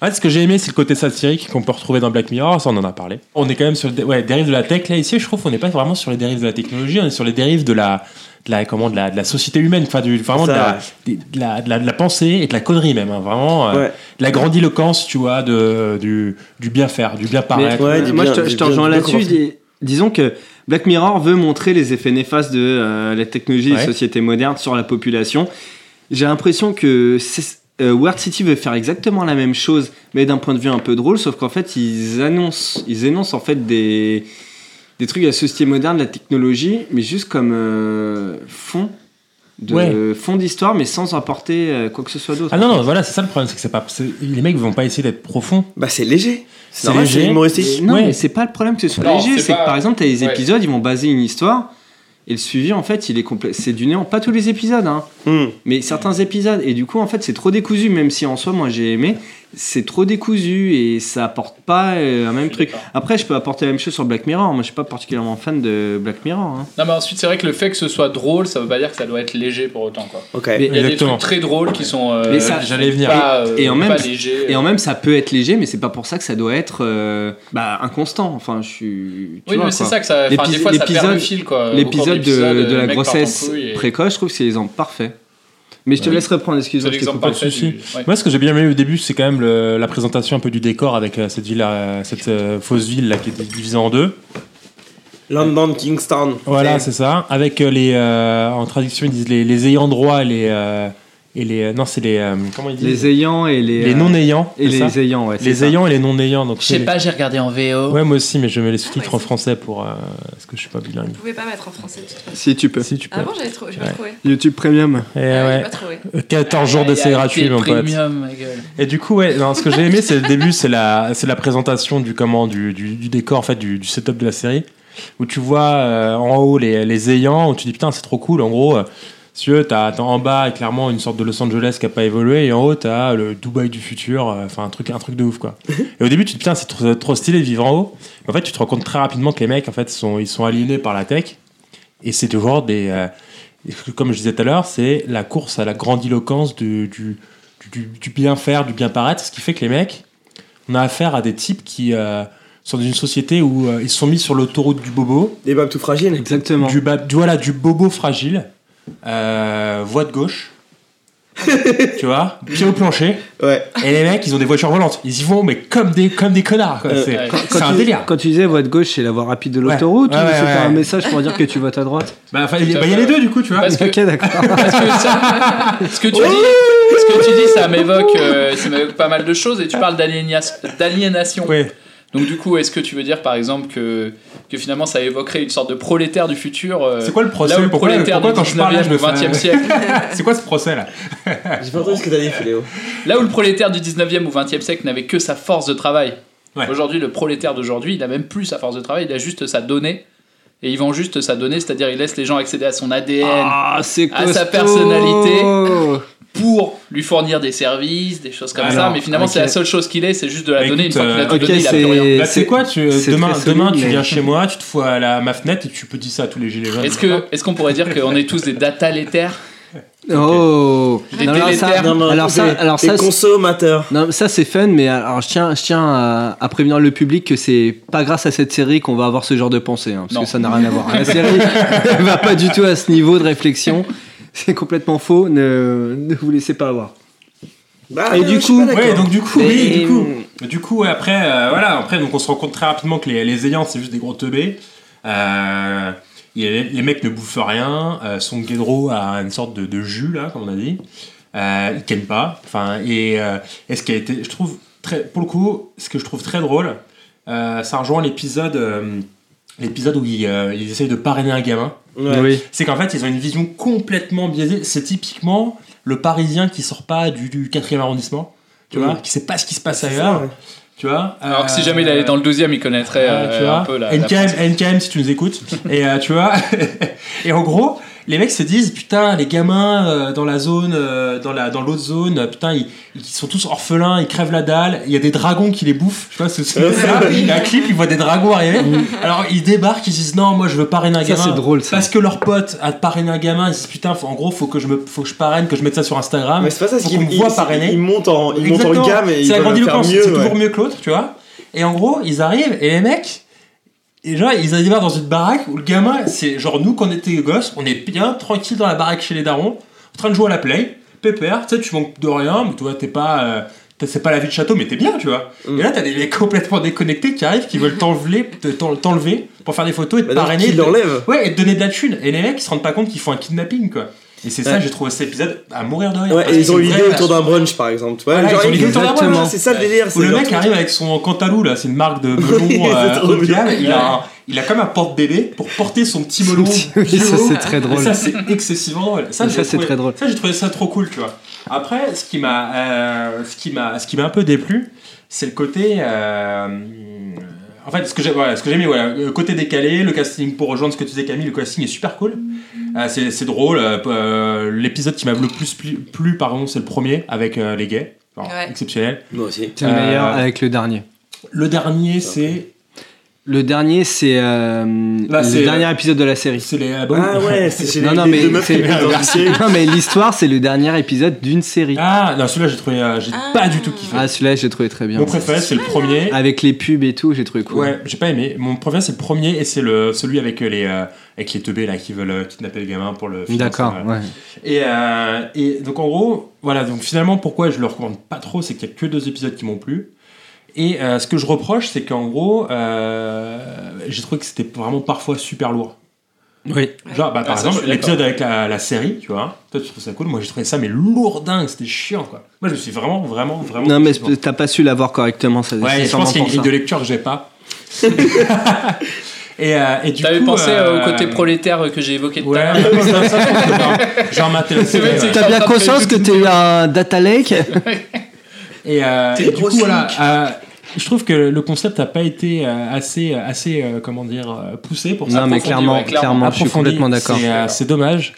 En fait, ce que j'ai aimé, c'est le côté satirique qu'on peut retrouver dans Black Mirror. Ça, on en a parlé. On est quand même sur le dé- ouais, dérive de la tech. Là, ici, je trouve qu'on n'est pas vraiment sur les dérives de la technologie. On est sur les dérives de la, de la, comment, de la, de la société humaine. Enfin, du, vraiment de Ça, la, des- de, la, de la- de la pensée et de la connerie même. hein. Vraiment, euh, Ouais. de la grandiloquence, tu vois, de, du, du bien faire, du bien Mais, paraître. Ouais, euh, dis moi, bien, je te, dis je te bien, rejoins dis bien là-dessus. comment- Dis- disons que Black Mirror veut montrer les effets néfastes de euh, la technologie et Ouais. des sociétés modernes sur la population. J'ai l'impression que c'est- euh, Word City veut faire exactement la même chose, mais d'un point de vue un peu drôle, sauf qu'en fait, ils annoncent, ils énoncent en fait des, des trucs de la société moderne, de la technologie, mais juste comme euh, fond. De, Ouais. fond d'histoire mais sans apporter euh, quoi que ce soit d'autre Ah non, non, voilà, c'est ça le problème, c'est que c'est pas. c'est- Les mecs vont pas essayer d'être profonds. Bah, c'est léger. C'est normal, léger. C'est Mais humoristique. non, Ouais. mais c'est pas le problème que ce soit Non, léger. c'est C'est pas- que par exemple, t'as des Ouais. épisodes, ils vont baser une histoire. Et le suivi, en fait, il est complet. C'est du néant. Pas tous les épisodes, hein, Hmm. mais certains épisodes. Et du coup, en fait, c'est trop décousu, même si en soi, moi, j'ai aimé. C'est trop décousu et ça apporte pas euh, un même truc. Après, je peux apporter la même chose sur Black Mirror. hein. Moi, je suis pas particulièrement fan de Black Mirror. hein. Non mais ensuite c'est vrai que le fait que ce soit drôle ça veut pas dire que ça doit être léger pour autant quoi. Ok. Mais- Il y a des Exactement. trucs très drôles qui sont euh, Mais ça- J'allais y venir. pas, euh, et en même- pas légers. Et en même, ça peut être léger, mais c'est pas pour ça que ça doit être euh, bah, inconstant. Enfin, je suis. tu Oui, vois, mais quoi. c'est ça que ça. Enfin, des L'épis- fois, ça perd le l'épisode- fil, quoi. Au cours L'épisode de, d'épisode, de le la mec part Euh, en grossesse couille et- précoce, je trouve que c'est l'exemple parfait. Mais je te Oui. laisse reprendre, C'est excuse-moi. je t'ai l'exemple coupé. parfait. souci. du- ouais. Moi, ce que j'ai bien aimé au début, c'est quand même le- la présentation un peu du décor avec euh, cette ville, euh, cette euh, fausse ville là qui est divisée en deux. London, Kingston. Voilà, Ouais. c'est ça. Avec euh, les, euh, en traduction, ils disent les, les ayants droit et les, euh, et les, non, c'est les, euh, comment ils disent Les ayants et les. Les euh, non-ayants. Et c'est ça les ayants, ouais. c'est Les ça. ayants et les non-ayants. Donc Je sais les- pas, j'ai regardé en VO. Ouais, moi aussi, mais je mets les sous-titres Ouais, en c'est- français pour, euh, parce que je suis pas bilingue. Vous pouvez pas mettre en français de toute façon. Si tu peux. Si tu peux. Ah bon, j'avais trou- j'ai pas Ouais. trouvé. YouTube Premium. Ah, Eh ouais. J'ai pas trouvé. 14 jours d'essai Aïe, aïe, gratuit, t'es mon pote. premium, ma gueule. Et du coup, ouais, non, ce que j'ai aimé, c'est le début, c'est la, c'est la présentation du comment, du, du, du décor, en fait, du, du setup de la série, où tu vois euh, en haut les, les ayants, où tu dis putain, c'est trop cool. En gros, euh, Si tu veux, t'as t'as en bas clairement une sorte de Los Angeles qui a pas évolué et en haut t'as le Dubaï du futur, euh, enfin un truc un truc de ouf quoi. Et au début tu te dis putain c'est trop, trop stylé de vivre en haut. Mais en fait tu te rends compte très rapidement que les mecs en fait sont ils sont aliénés par la tech et c'est toujours des euh, comme je disais tout à l'heure c'est la course à la grandiloquence du du, du- du bien faire, du bien paraître, ce qui fait que les mecs on a affaire à des types qui euh, sont dans une société où euh, ils sont mis sur l'autoroute du bobo. Des babes tout fragiles. Exactement. Du, bab- du- voilà, du bobo fragile. Euh, voie (laughs) de gauche. tu vois Pied au plancher. Ouais. Et les mecs, ils ont des voitures volantes. Ils y vont, mais comme des, comme des connards. quoi. Euh, c'est quand- c'est quand un tu- délire. Quand tu disais voie de gauche, c'est la voie rapide de Ouais. l'autoroute Ouais, ou ouais, c'était ouais. un message pour dire que tu votes à droite Bah, enfin, il bah, il y a les deux, du coup, tu (laughs) vois. Parce que, Ok, d'accord. (laughs) parce que ça- (laughs) ce que tu dis, ce que tu dis, ça m'évoque, euh, ça m'évoque pas mal de choses. Et tu parles d'aliénia- d'aliénation. Ouais. Donc du coup, est-ce que tu veux dire par exemple que, que finalement ça évoquerait une sorte de prolétaire du futur euh, C'est quoi le procès Là où le Pourquoi- prolétaire pourquoi du quand je parle, là, 19e je ou me fais- 20e siècle C'est quoi ce procès là J'ai pas entendu ce que t'as dit, Philéo. Là où le prolétaire du 19e ou 20e siècle n'avait que sa force de travail. Ouais. Aujourd'hui, le prolétaire d'aujourd'hui, il a même plus sa force de travail, il a juste sa donnée. Et il vend juste sa donnée, c'est-à-dire il laisse les gens accéder à son ADN Ah, c'est à sa costaud. personnalité. pour lui fournir des services, des choses comme ça. Alors, Mais finalement, c'est ok. la seule chose qu'il est, c'est juste de la Bah, donnée. Une écoute, fois qu'il a euh, tout ok, donné, il a plus rien. Et Bah, tu sais c'est- quoi tu, c'est Demain, très demain solide, tu mais- viens chez moi, tu te fous à la, ma fenêtre et tu peux dire ça à tous les gilets jaunes. Est-ce que- est-ce qu'on pourrait (laughs) dire qu'on est tous des data laitaires Oh Des Non, alors ça- délétères. non, Alors ça, des- alors des ça, c'est- consommateurs. non, ça c'est fun, mais alors je tiens, je tiens à, à prévenir le public que c'est pas grâce à cette série qu'on va avoir ce genre de pensée, hein, parce Non. que ça n'a rien à voir. La série (laughs) elle va pas du tout à ce niveau de réflexion. C'est complètement faux. Ne, ne vous laissez pas avoir. Bah, Et non, du je suis coup- pas d'accord. Ouais, donc du coup, oui, Et- du coup. Du coup, ouais, après, euh, voilà, après, donc on se rend compte très rapidement que les, les ayants, c'est juste des gros teubés. Euh, y a- les, mecs ne bouffent rien, euh, sont guédros à une sorte de, de jus, là, comme on a dit. Euh, ils tiennent pas. Enfin, et, euh, et ce qui a été, je trouve, très, pour le coup, ce que je trouve très drôle, euh, ça rejoint l'épisode euh, l'épisode où ils, euh, ils essayent de parrainer un gamin. Ouais. Oui. C'est qu'en fait, ils ont une vision complètement biaisée. C'est typiquement le parisien qui sort pas du, du 4e arrondissement, tu vois, qui sait pas ce qui se passe C'est ailleurs ça, ouais. tu vois. Euh, Alors que si jamais il allait dans le 12e, il connaîtrait Ah, euh, un peu la. la- NKM, NKM, si tu nous (laughs) écoutes. et euh, tu vois. (laughs) et en gros, les mecs se disent putain, les gamins euh, dans la zone, euh, dans la dans l'autre zone, euh, putain, ils, ils sont tous orphelins, ils crèvent la dalle. Il y a des dragons qui les bouffent. Je sais pas (laughs) si c'est ça. Il y a un clip, ils voient des dragons arriver. Alors ils débarquent, ils disent non, moi je veux parrainer un Ça, gamin. c'est drôle, ça. Parce que leur pote a parrainé un gamin. Ils disent putain, faut- en gros, faut que je me, faut que je parraine, que je mette ça sur Instagram. Mais c'est pas ça, c'est Faut qu'ils qu'on me voit ils- parrainer. ils montent en, ils montent en Exactement. gamme et ils c'est la veulent faire grandiloquence, mieux. c'est ouais. toujours mieux que l'autre, tu vois. Et en gros, ils arrivent et les mecs, et genre, ils arrivent dans une baraque où le gamin, c'est genre nous quand on était gosses, on est bien tranquille dans la baraque chez les darons, en train de jouer à la play, pépère, tu sais, tu manques de rien, mais toi, t'es pas. euh, t'as- c'est pas la vie de château, mais t'es bien, tu vois. Mm. Et là, t'as des mecs (laughs) complètement déconnectés qui arrivent, qui veulent t'enlever, te- t'en- t'enlever pour faire des photos et te Bah, donc, parrainer. qui et te- l'enlève Ouais, et te donner de la thune. Et les mecs, ils se rendent pas compte qu'ils font un kidnapping, quoi. Et c'est ça, Ouais. j'ai trouvé cet épisode à mourir de rire. Ouais, parce et que ils ont c'est eu l'idée vrai, autour d'un brunch par exemple. Tu vois, Voilà, genre, ils ont l'idée autour d'un brunch, exactement. c'est ça le délire. où c'est le genre mec tout- arrive avec son cantalou là, c'est une marque de (laughs) Oui, melon euh, c'est trop haut de gamme, bien. Il a, un- il a comme un porte-bébé pour porter son petit Son melon. petit- oui, (laughs) bio. ça, c'est très drôle. Et ça c'est excessivement drôle. Ça, Ça, c'est j'ai trouvé- très drôle. Ça j'ai trouvé ça trop cool, tu vois. Après, ce qui m'a, euh, ce qui m'a, ce qui m'a un peu déplu, c'est le côté. euh, en fait, ce que j'ai, voilà, ce que j'ai mis, voilà, le côté décalé, le casting pour rejoindre ce que tu disais Camille, le casting est super cool. Euh, c'est, c'est drôle. euh, euh, l'épisode qui m'a le plus plu, plu, pardon, c'est le premier avec euh, les gays. Enfin, Ouais. Exceptionnel. Moi aussi. C'est le meilleur Euh, avec le dernier. Le dernier, c'est Le dernier, c'est euh, Là, c'est- euh, le dernier épisode de la série. (laughs) c'est les abonnés. Ah ouais, c'est chez les Non, non, les mais deux meufs qui c'est- habitent dans le lycée. Non, mais l'histoire, c'est le dernier épisode d'une série. Ah non, celui-là j'ai trouvé, euh, j'ai Ah. pas du tout kiffé. Ah, celui-là, j'ai trouvé très bien. Mon préféré c'est le premier. Avec les pubs et tout, j'ai trouvé cool. Ouais, j'ai pas aimé. Mon préféré c'est le premier et c'est le celui avec euh, les euh, avec les teubés là qui veulent euh, kidnapper le gamin pour le. financer, D'accord, voilà. ouais. Et, euh, et donc en gros, voilà, donc finalement pourquoi je le recommande pas trop, c'est qu'il y a que deux épisodes qui m'ont plu. Et euh, ce que je reproche, c'est qu'en gros, euh, j'ai trouvé que c'était vraiment parfois super lourd. Oui. Genre, bah, Ah, par ça, je exemple, suis l'épisode avec la, la série, tu vois, toi tu trouves ça cool, moi j'ai trouvé ça mais lourdingue, c'était chiant quoi. Moi je me suis vraiment, vraiment, vraiment. Non, mais t'as pas su l'avoir correctement, ça Ouais, c'est je pense sûrement qu'il y a une pour grille ça. de lecture que (laughs) j'ai pas. et, euh, et du T'avais coup, pensé euh, au côté prolétaire que j'ai évoqué tout à Ouais, l'heure mais ça, ça, je pense que non. Genre ma télé- C'est vrai, c'est- T'as bien (laughs) conscience que t'es un data lake Et, euh, T'es et du gros coup, voilà. euh, je trouve que le concept n'a pas été euh, assez, assez euh, comment dire, euh, poussé pour ça. Non, mais clairement, ouais, clairement. clairement, je suis Approfondi, complètement d'accord. C'est, euh, c'est dommage.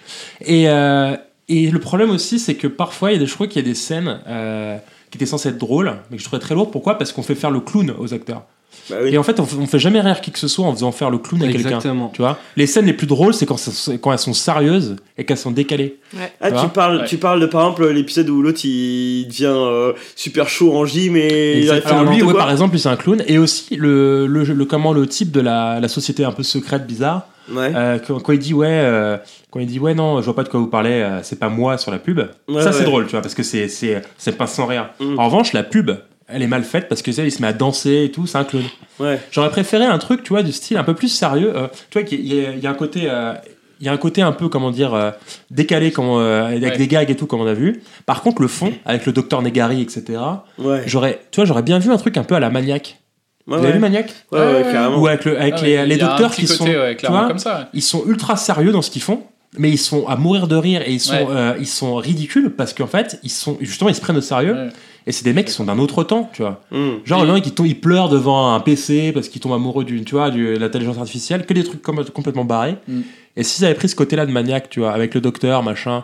Et, euh, et le problème aussi, c'est que parfois, il y a des, je crois qu'il y a des scènes euh, qui étaient censées être drôles, mais que je trouvais très lourdes. Pourquoi Parce qu'on fait faire le clown aux acteurs. Bah oui. Et en fait, on, f- on fait jamais rire qui que ce soit en faisant faire le clown à quelqu'un. Exactement. Tu vois Les scènes les plus drôles, c'est quand, c'est- quand elles sont sérieuses et qu'elles sont décalées. Ouais. Ah, Tu vois tu parles, Ouais. tu parles de par exemple l'épisode où l'autre il devient euh, super chaud en gym et il arrive à faire Alors, lui, n'importe ouais, quoi. par exemple, lui, c'est un clown. Et aussi, le, le, le- comment le type de la, la société un peu secrète, bizarre, Ouais. euh, quand, quand il dit ouais, euh, quand il dit ouais, non, je vois pas de quoi vous parlez, euh, c'est pas moi sur la pub. Ouais, ça, ouais. c'est drôle, tu vois, parce que c'est c'est c'est pas sans rire. Mm. En revanche, la pub, elle est mal faite parce que tu sais, il se met à danser et tout, c'est un clown. Ouais. J'aurais préféré un truc, tu vois, du style un peu plus sérieux. euh, tu vois, qu'il y a- il y, a- il y a un côté. euh, il y a un côté un peu, comment dire, euh, décalé comme, euh, avec Ouais. des gags et tout, comme on a vu. Par contre, le fond, avec le docteur Negari, etc., Ouais. j'aurais, tu vois, j'aurais bien vu un truc un peu à la maniaque. Ouais, Vous avez ouais. vu Maniac Ouais, ouais, Ouais. carrément. Ou avec, le, avec Ah les, ouais, les il y a un docteurs petit qui côté, sont, ouais, tu clairement vois, comme ça. ils sont ultra sérieux dans ce qu'ils font, mais ils sont à mourir de rire et ils sont, Ouais. euh, ils sont ridicules parce qu'en fait, ils sont, justement, ils se prennent au sérieux. Ouais. Et c'est des mecs qui sont d'un autre temps, tu vois. Mm. Genre, Et- le mec, il, tombe- il pleure devant un PC parce qu'il tombe amoureux d'une, tu vois, du- de l'intelligence artificielle, que des trucs com- complètement barrés. Mm. Et s'ils avaient pris ce côté-là de maniaque, tu vois, avec le docteur, machin,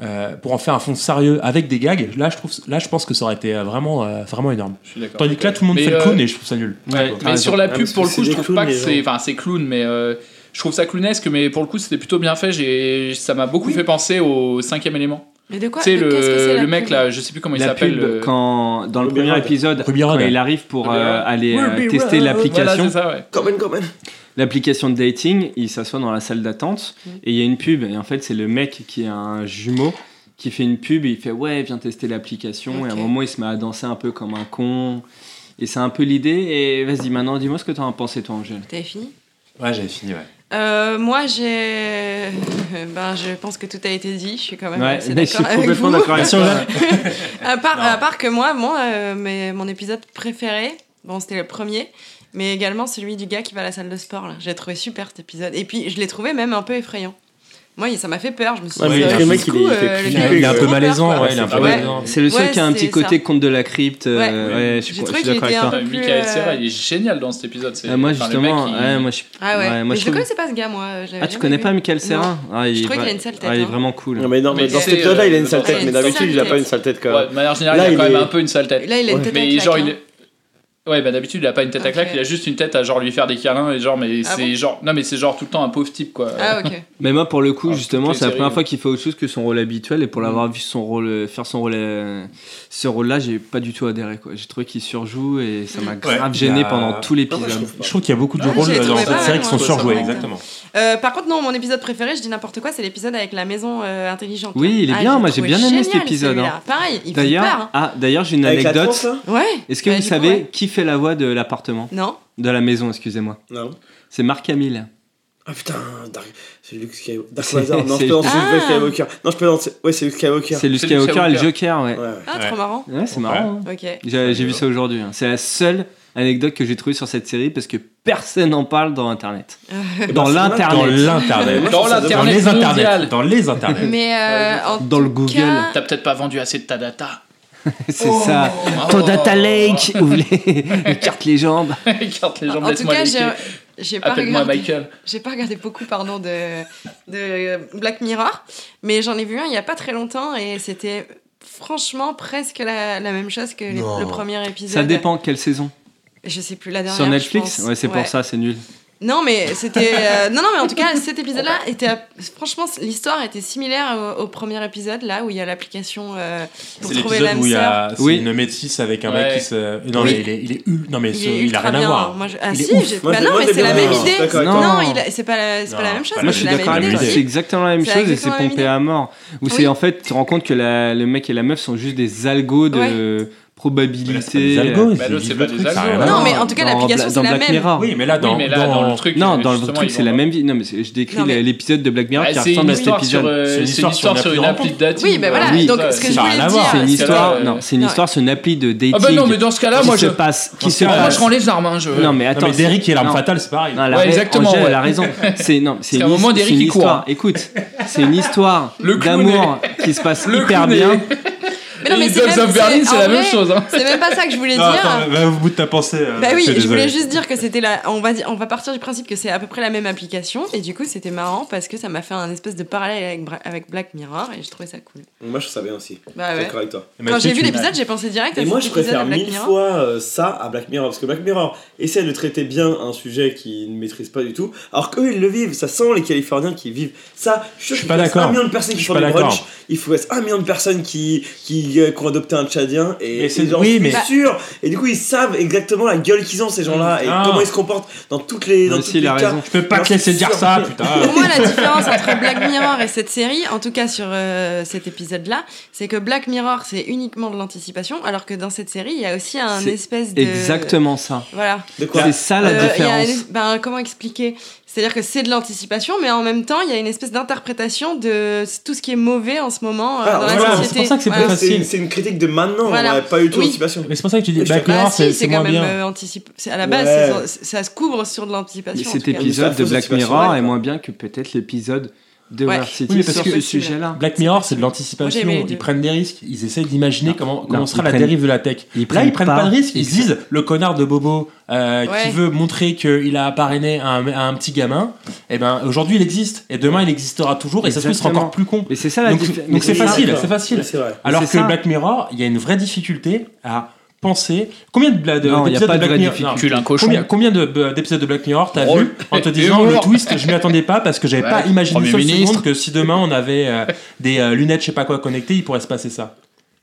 euh, pour en faire un fond sérieux avec des gags, là, je trouve, là, je pense que ça aurait été euh, vraiment, euh, vraiment énorme. Je suis d'accord. Tandis que là, tout le monde Mais, fait le euh, clown et je trouve ça nul. Ouais, Donc, mais ah, sur la Ah, pub, parce pour que le coup, c'est je des trouve clowns, pas que les c'est. gens. Enfin, c'est clown, mais euh, je trouve ça clownesque, mais pour le coup, c'était plutôt bien fait. J'ai- Ça m'a beaucoup fait penser au cinquième élément. Mais de quoi Tu sais, mais qu'est-ce que c'est le, la le mec pub là, je sais plus comment il La s'appelle. euh, pub, le- quand, dans le Ruby premier Road. épisode, Ruby quand Road. il arrive pour Ruby euh, Road. aller euh, Ruby tester Road. Voilà, l'application, c'est ça, ouais. Quand même, quand même. l'application de dating, il s'assoit dans la salle d'attente et il y a une pub et en fait c'est le mec qui a un jumeau qui fait une pub et il fait ouais viens tester l'application et à un Ok. moment il se met à danser un peu comme un con et c'est un peu l'idée et vas-y maintenant dis-moi ce que t'en as pensé toi Angèle. T'avais fini Ouais, j'avais fini, ouais. Euh, moi, j'ai. (laughs) Ben, je pense que tout a été dit. Je suis quand même Ouais, assez mais je suis d'accord avec complètement vous. d'accord avec Merci, toi. Angèle. à, part, Non. à part que moi, moi euh, mes- mon épisode préféré, bon, c'était le premier, mais également celui du gars qui va à la salle de sport. là. J'ai trouvé super cet épisode. Et puis, je l'ai trouvé même un peu effrayant. Moi, il- ça m'a fait peur. Je me suis Ouais, dit, mais euh, parce que le mec, jusqu'où, il est- il fait euh, le flipper, gars, Il est un fait peu trop peur, malaisant, quoi. ouais, il est un peu Ah ouais. malaisant. C'est le seul Ouais, qui a un petit c'est côté ça. conte de la crypte. euh, Ouais. ouais, je, J'ai suis- je trouvé suis qu'il d'accord avec était un toi. peu- Enfin, plus, Michael euh, Serra, il est génial dans cet épisode. c'est- Euh, moi enfin, le mec, justement, il- ouais, moi je suis- Ah ouais, Ouais, moi, je mais je, trouve- le connaissais pas ce gars, moi. je l'avais Ah, tu jamais connais vu. pas Michael Serra Ah, il Je est trouvais vra- qu'il a une sale tête, ah, il est hein. vraiment cool. Non, mais non, mais Mais dans c'est, cet épisode-là, il a euh, une sale dans tête, cette mais d'habitude, sale il a pas tête. une sale tête quand Ouais, même. de manière générale, Là, il a quand il même est- un peu une sale tête. Là, il a une Ouais. tête à Mais claque, genre, hein. il est- Ouais, bah d'habitude, il a pas une tête à Ok. claque, il a juste une tête à genre lui faire des câlins et genre, mais Ah c'est bon genre. Non, mais c'est genre tout le temps un pauvre type quoi. Ah, ok. Mais moi, pour le coup, Ah, justement, toutes les c'est la séries, première ouais. fois qu'il fait autre chose que son rôle habituel. Et pour l'avoir vu son rôle, euh, faire son rôle, euh, ce rôle-là, j'ai pas du tout adhéré. quoi. J'ai trouvé qu'il surjoue et ça m'a grave Ouais. gêné Bah, pendant tout non, l'épisode. moi, Je trouve qu'il y a beaucoup de Ouais, rôles je l'ai dans trouvé cette pas série mal, qui sont moi, surjoués, ça. exactement. Euh, par contre, non, mon épisode préféré, je dis n'importe quoi, c'est l'épisode avec la maison euh, intelligente. Oui, il est Ah, bien, je moi, l'ai j'ai trouvé bien aimé génial, cet épisode, hein. celui-là. Pareil, il fait peur. D'ailleurs, hein. ah, d'ailleurs, j'ai une Avec la anecdote. tronche, là Ouais. Est-ce que Bah, vous du coup, savez ouais. qui fait la voix de l'appartement, Non. de la maison, excusez-moi Non. C'est Marc Hamill. Ah putain, Dark... c'est Luke Skywalker. Dark C'est- Vador, non, c'est- je plaisante, c'est Ah. Luke Skywalker. Non, je plaisante, c'est- ouais, c'est Luke Skywalker. C'est Luke C'est Luke Skywalker et le Skywalker. Joker, ouais. Ouais, ouais. Ah, Ouais. trop marrant. (laughs) Ouais, c'est marrant. hein. Ok. J'ai j'ai vu ça aujourd'hui. hein. C'est la seule anecdote que j'ai trouvée sur cette série parce que personne n'en parle dans (laughs) Internet. Dans c'est Dans l'internet. l'internet. Dans Dans l'internet les internets. mondial. Dans les internets. Mais euh, en Dans le tout Google. cas, T'as peut-être pas vendu assez de ta data. Oh. C'est ça. Ton data lake, ouvre (laughs) les, écarte les jambes. Écarte les jambes, en tout laisse-moi cas, les j'ai pieds. j'ai pas Appelle-moi regardé. Michael. J'ai pas regardé beaucoup, pardon, de, de Black Mirror, mais j'en ai vu un il y a pas très longtemps et c'était franchement presque la, la même chose que les- Non. le premier épisode. Ça dépend quelle saison. Je sais plus la dernière. Sur je Netflix pense. Ouais, c'est Ouais. pour ça, c'est nul. Non, mais c'était. euh, non, non, mais en tout cas, cet épisode-là était. Franchement, l'histoire était similaire au, au premier épisode, là où il y a l'application euh, pour C'est trouver l'épisode l'âme où il y sœur. a Ah, c'est Oui. une métisse avec un Ouais. mec qui se. Non, Oui. mais il est, il est hu- Non, mais ce- Il, il, est ultra a rien bien. à voir. hein. Moi, je- Ah Il est si, ouf. j'ai- Moi, bah j'ai- non, moi, mais j'ai c'est la bien même aimé. idée. D'accord, Non, d'accord. Non. il a- c'est pas, la- c'est pas la Non, même chose. pas mais Moi, je la c'est suis la d'accord même avec idée. vous. C'est exactement la même C'est chose et c'est exactement la même pompé idée. à mort. Où Oui. c'est en fait, tu te rends compte que la- le mec et la meuf sont juste des algos de Mais là, c'est pas des probabilité. algos, euh, Bah, ils l'autre, c'est vivent pas le des truc, ça a algos. rien à Non, voir. mais en tout cas, dans l'application, Bla- c'est dans la Black même. Mirror. Oui, mais là, dans. oui, mais là, dans, le truc. Non, dans le justement, truc, ils c'est vont la dans- même vie. Non, mais c'est- je décris Non, mais- l'épisode de Black Mirror Ah, qui c'est une ressemble à cet histoire sur, épisode. euh, C'est une c'est une histoire sur histoire sur une une appli appli de dating. Oui, ben voilà, Oui. donc Ouais, ce que c'est je ça a voulais rien à dire. voir, C'est une parce que là, histoire, euh, non, c'est une non, histoire sur une appli de dating. Ah bah non, mais dans ce cas-là, qui moi se je. passe, qui Dans se ce cas-là, Moi passe. je rends les armes, hein, je. Non, mais Non, attends, mais Derrick et l'arme non. fatale, c'est pareil. Non, elle a Ouais, raison. exactement, Angèle, ouais. elle a raison. C'est non, c'est Parce une, qu'à un moment, c'est Derrick, une il court. histoire. Écoute, c'est une histoire Le clown d'amour qui se passe Le hyper clown est- bien. Mais non, mais c'est Dogs même- of Berlin, c'est- c'est en la même vrai, chose. hein. C'est même pas ça que je voulais Non, dire. Ah, attends, va au bout de ta pensée. euh, Bah oui, suis je voulais désolé. juste dire que c'était la. On va, dire, on va partir du principe que c'est à peu près la même application. Et du coup, c'était marrant parce que ça m'a fait un espèce de parallèle avec, Bra- avec Black Mirror et je trouvais ça cool. Moi, je savais aussi. Bah Je suis ouais. d'accord avec toi. Quand j'ai vu l'épisode, j'ai pensé direct à Et cet moi, je épisode préfère de Black mille Mirror. fois euh, ça à Black Mirror, parce que Black Mirror essaie de traiter bien un sujet qu'ils ne maîtrisent pas du tout, alors qu'eux, ils le vivent. Ça sent les Californiens qui vivent ça. Je suis sûr suis qu'il pas faut être d'accord. un million de personnes qui Je suis font pas des d'accord. brunchs, il faut être un million de personnes qui, qui, euh, qui ont adopté un Tchadien, et, Mais c'est- et j'en oui, suis mais- sûr. Et du coup, ils savent exactement la gueule qu'ils ont, ces gens-là, et Ah. comment ils se comportent dans toutes les, dans Non, toutes si, il les a cas. raison. Je peux pas Non, te laisser c'est dire sûr. ça, putain. Pour moi, la différence entre Black Mirror et cette série, en tout cas sur euh, cet épisode-là, c'est que Black Mirror, c'est uniquement de l'anticipation, alors que dans cette série, il y a aussi un C'est espèce de. Exactement ça. Voilà. De quoi C'est ça la Euh, il y a différence. une- ben, comment expliquer C'est-à-dire que c'est de l'anticipation, mais en même temps, il y a une espèce d'interprétation de tout ce qui est mauvais en ce moment euh, Ah, dans voilà, la c'est société. pour ça que c'est Voilà. pas C'est facile. une- c'est une critique de maintenant, Voilà. ouais, pas du tout Oui. l'anticipation. Mais c'est pour ça que tu dis Mais je Black te- Bah Mirror, si, c'est c'est c'est quand moins même bien. euh, anticip- c'est- À la base, Ouais. c'est- ça se couvre sur de l'anticipation. Et en cet tout cas. épisode de Mais ça, Black faut se Mirror tirer, est quoi. moins bien que peut-être l'épisode de Ouais. War City Oui, parce sur que- ce sujet-là. Black Mirror, c'est de Moi, l'anticipation. j'ai aimé les deux. Ils prennent des risques. Ils essaient d'imaginer Non, comment, non, comment sera ils la prennent- dérive de la tech. Ils Là, ils prennent prennent pas- pas, de risque. Ils ils- se disent le connard de Bobo euh, Ouais. qui veut montrer qu'il a parrainé un, un petit gamin. Et ben aujourd'hui, il existe. Et demain, il existera toujours. Et ça se trouve, il sera Exactement. encore plus con. Mais c'est ça la Donc- différence. donc c'est facile, c'est facile. C'est vrai. Alors que c'est ça. Black Mirror, il y a une vraie difficulté à penser. Combien de bla- de- Non, il y a d'épisodes pas de, de Black vraie Mirror difficulté. non, Tu l'as un cochon. Combien, combien de- de- d'épisodes de Black Mirror t'as Drôle. vu en te Et disant humour. le twist Je m'y attendais pas parce que j'avais Ouais. pas imaginé une Premier seule ministre. seconde que si demain on avait euh, des euh, lunettes, je sais pas quoi connectées, il pourrait se passer ça.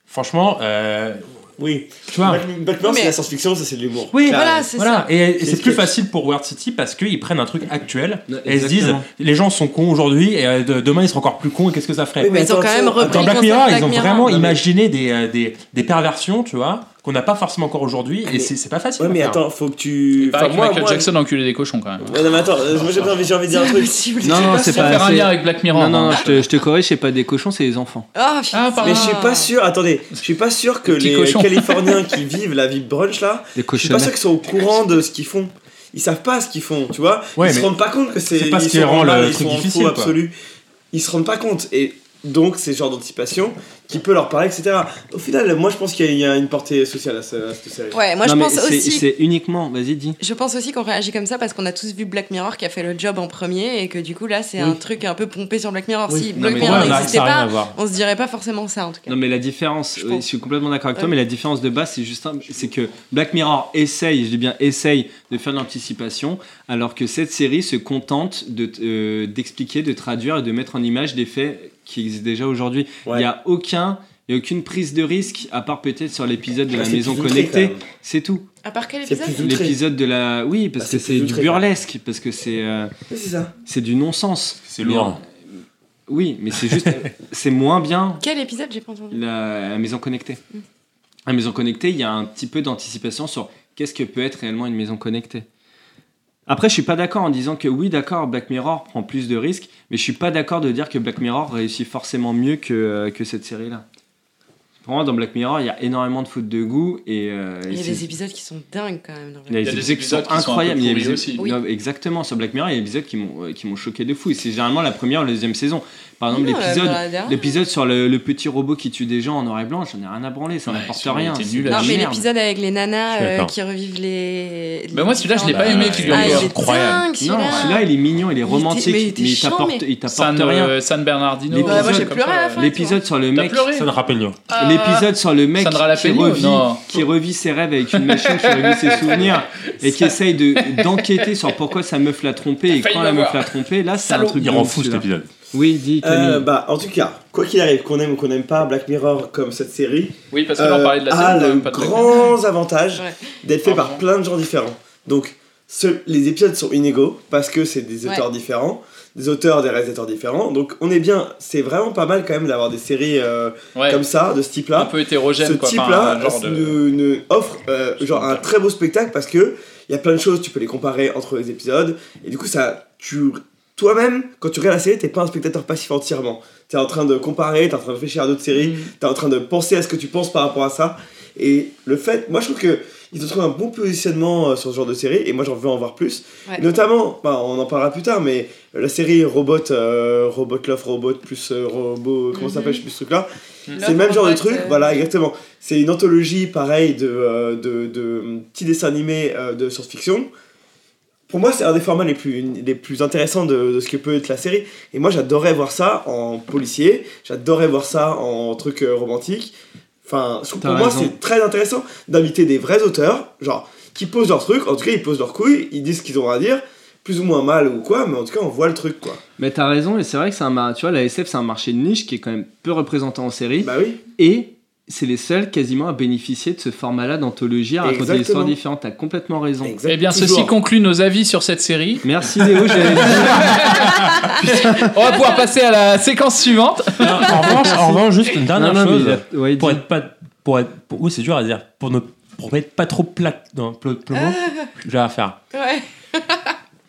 Franchement, euh, Oui. tu vois. Black, Black Mirror, Mais- c'est la science-fiction, ça c'est de l'humour. Oui, Clairement. Voilà, c'est Voilà, et, et C'est c'est ce plus que- facile pour World City parce qu'ils prennent un truc actuel Non, et ils se disent exactement. les gens sont cons aujourd'hui et euh, de- demain ils seront encore plus cons et qu'est-ce que ça ferait Oui, Mais ils ont attends, quand même attends, repris Dans le Black concept Mirror, Black ils ont Mirror. vraiment Non, mais- imaginé des, euh, des, des perversions, tu vois, qu'on n'a pas forcément encore aujourd'hui, Ah, et mais- c'est c'est pas facile. Ouais, à mais faire. attends, faut que tu. Il paraît que moi, Michael moi- Jackson a enculé des cochons quand même. Ouais, non, mais attends, euh, moi j'ai pas envie, j'ai envie de dire un C'est truc. impossible. Non, non, c'est Faut pas. faire un c'est- lien avec Black Mirror. Non, non, hein. non, je te, je te corrige, c'est pas des cochons, c'est des enfants. Oh, putain. Ah, pardon. Mais je suis pas sûr, attendez, je suis pas sûr que Petit les cochon. Californiens qui vivent la vie de brunch là, Des je suis pas cochonnettes. sûr qu'ils sont au courant de ce qu'ils font. Ils savent pas ce qu'ils font, tu vois. Ouais, ils se mais rendent pas compte que c'est. c'est pas ce ils qui sont rend en le mal, ils sont truc en faux difficile, quoi. absolu. Ils se rendent pas compte. Et donc, c'est le genre d'anticipation qui peut leur parler, etc. Au final, moi je pense qu'il y a- il y a une portée sociale à ce- à cette série. Ouais, moi Non, je mais pense c'est- aussi. C'est uniquement. Vas-y, dis. Je pense aussi qu'on réagit comme ça parce qu'on a tous vu Black Mirror qui a fait le job en premier et que du coup là c'est un truc un peu pompé sur Black Mirror. Oui. Si Non, Black mais Ouais, Mirror voilà, on a- n'existait ça a rien à pas, voir. on se dirait pas forcément ça en tout cas. Non mais la différence, Je euh, je, pense. suis complètement d'accord avec toi, Ouais. mais la différence de base c'est juste simple, c'est que Black Mirror essaye, je dis bien essaye de faire de l'anticipation, alors que cette série se contente de t- euh, d'expliquer, de traduire et de mettre en image des faits qui existent déjà aujourd'hui. Il Ouais. n'y a aucun, il y a aucune prise de risque à part peut-être sur l'épisode de la Ah, C'est maison plus outré, quand connectée, même. c'est tout. À part quel C'est épisode plus outré. L'épisode de la, oui parce Bah, que c'est c'est plus du outré, quand même. burlesque, parce que c'est euh, Oui, C'est ça. c'est du non-sens. C'est Mais, lourd. euh, Oui, mais c'est juste, (laughs) c'est moins bien Quel épisode j'ai pas entendu la, la maison connectée. La maison connectée, il y a un petit peu d'anticipation sur qu'est-ce que peut être réellement une maison connectée. Après, je suis pas d'accord en disant que oui, d'accord, Black Mirror prend plus de risques, mais je suis pas d'accord de dire que Black Mirror réussit forcément mieux que, euh, que cette série-là. Pour moi, dans Black Mirror, il y a énormément de fautes de goût et, euh, et Il y a c'est- des épisodes qui sont dingues quand même. dans Black il y a des épisodes qui sont incroyables. un peu il y a des pourris épisodes- aussi. Oui. Non, exactement, sur Black Mirror, il y a des épisodes qui m'ont euh, qui m'ont choqué de fou. Et c'est généralement la première ou la deuxième saison. Par exemple, Non, euh, l'épisode dans la dernière. L'épisode sur le, le petit robot qui tue des gens en noir et blanc, j'en ai rien à branler, ça Ouais, n'apporte celui-là rien. était c'est nul à de la Non, mais merde. l'épisode avec les nanas Je suis euh, d'accord. qui revivent les. Bah, moi, celui-là, je l'ai Ah, pas aimé, il figure-toi. est Incroyable. dingue, Non, celui-là. celui-là il est mignon, il est était- romantique, mais il était mais il chiant, t'apporte mais- il t'apporte San, rien. euh, San Bernardino. Ouais, moi, des j'ai trucs comme pleuré ça, à la ouais. fin. L'épisode sur le T'as mec, pleuré Ça ne rappelle rien. Ah. l'épisode sur le mec Sandra qui Lapello, revit, non. qui revit ses rêves avec une machine qui revit (laughs) ses souvenirs et qui essaye de d'enquêter sur pourquoi sa meuf l'a trompé et failli quand la m'avoir. meuf l'a trompé, là c'est un Salaud. truc Il de rend ouf, fou cet celui-là. épisode. Oui, dis Camille. Euh, bah, en tout cas, quoi qu'il arrive, qu'on aime ou qu'on n'aime pas Black Mirror comme cette série, Oui, parce que là, on euh, parlait de la a série, quand le même, pas de grand avantage Ouais. d'être fait par Pardon. plein de gens différents. Donc, ce- les épisodes sont inégaux parce que c'est des auteurs différents, des auteurs, des réalisateurs différents. Donc, on est bien. C'est vraiment pas mal quand même d'avoir des séries euh, Ouais, comme ça, de ce type-là un peu ce hétérogène, quoi. enfin, type-là un genre de- nous, nous offre euh, genre un très beau spectacle parce que il y a plein de choses, tu peux les comparer entre les épisodes et du coup ça tu toi-même quand tu regardes la série, t'es pas un spectateur passif entièrement. T'es en train de comparer, t'es en Mm. train de réfléchir à d'autres séries, t'es en train de penser à ce que tu penses par rapport à ça et le fait, moi je trouve que Ils ont trouvé un bon positionnement euh, sur ce genre de série et moi j'en veux en voir plus. Ouais. Et Notamment, bah, on en parlera plus tard, mais euh, la série Robot, euh, Robot Love, Robot plus euh, Robot, Mm-hmm. comment ça s'appelle, je sais plus ce truc là. C'est le même genre de truc, euh, voilà, exactement. C'est une anthologie, pareil, de, euh, de, de, hum, petits dessins animés euh, de science-fiction. Pour moi, c'est un des formats les plus, les plus intéressants de, de ce que peut être la série. Et moi, j'adorais voir ça en policier, j'adorais voir ça en truc euh, romantique. Enfin, je trouve- T'as pour moi, raison. c'est très intéressant d'inviter des vrais auteurs, genre, qui posent leurs trucs, en tout cas, ils posent leurs couilles, ils disent ce qu'ils ont à dire, plus ou moins mal ou quoi, mais en tout cas, on voit le truc, quoi. Mais t'as raison, et c'est vrai que c'est un mar- tu vois, la SF c'est un marché de niche qui est quand même peu représenté en série. Bah oui. Et c'est les seuls quasiment à bénéficier de ce format-là d'anthologie, à raconter des Exactement. histoires différentes. T'as complètement raison. Eh bien, ceci conclut nos avis sur cette série. Merci Léo, (laughs) j'avais On va pouvoir passer à la séquence suivante. en revanche, en revanche, juste une dernière Non, non, chose. mais pour être pas. Pour être, pour- oui, c'est dur à dire. Pour ne pour être pas trop plate dans plo- plomo, j'ai à faire. Ouais.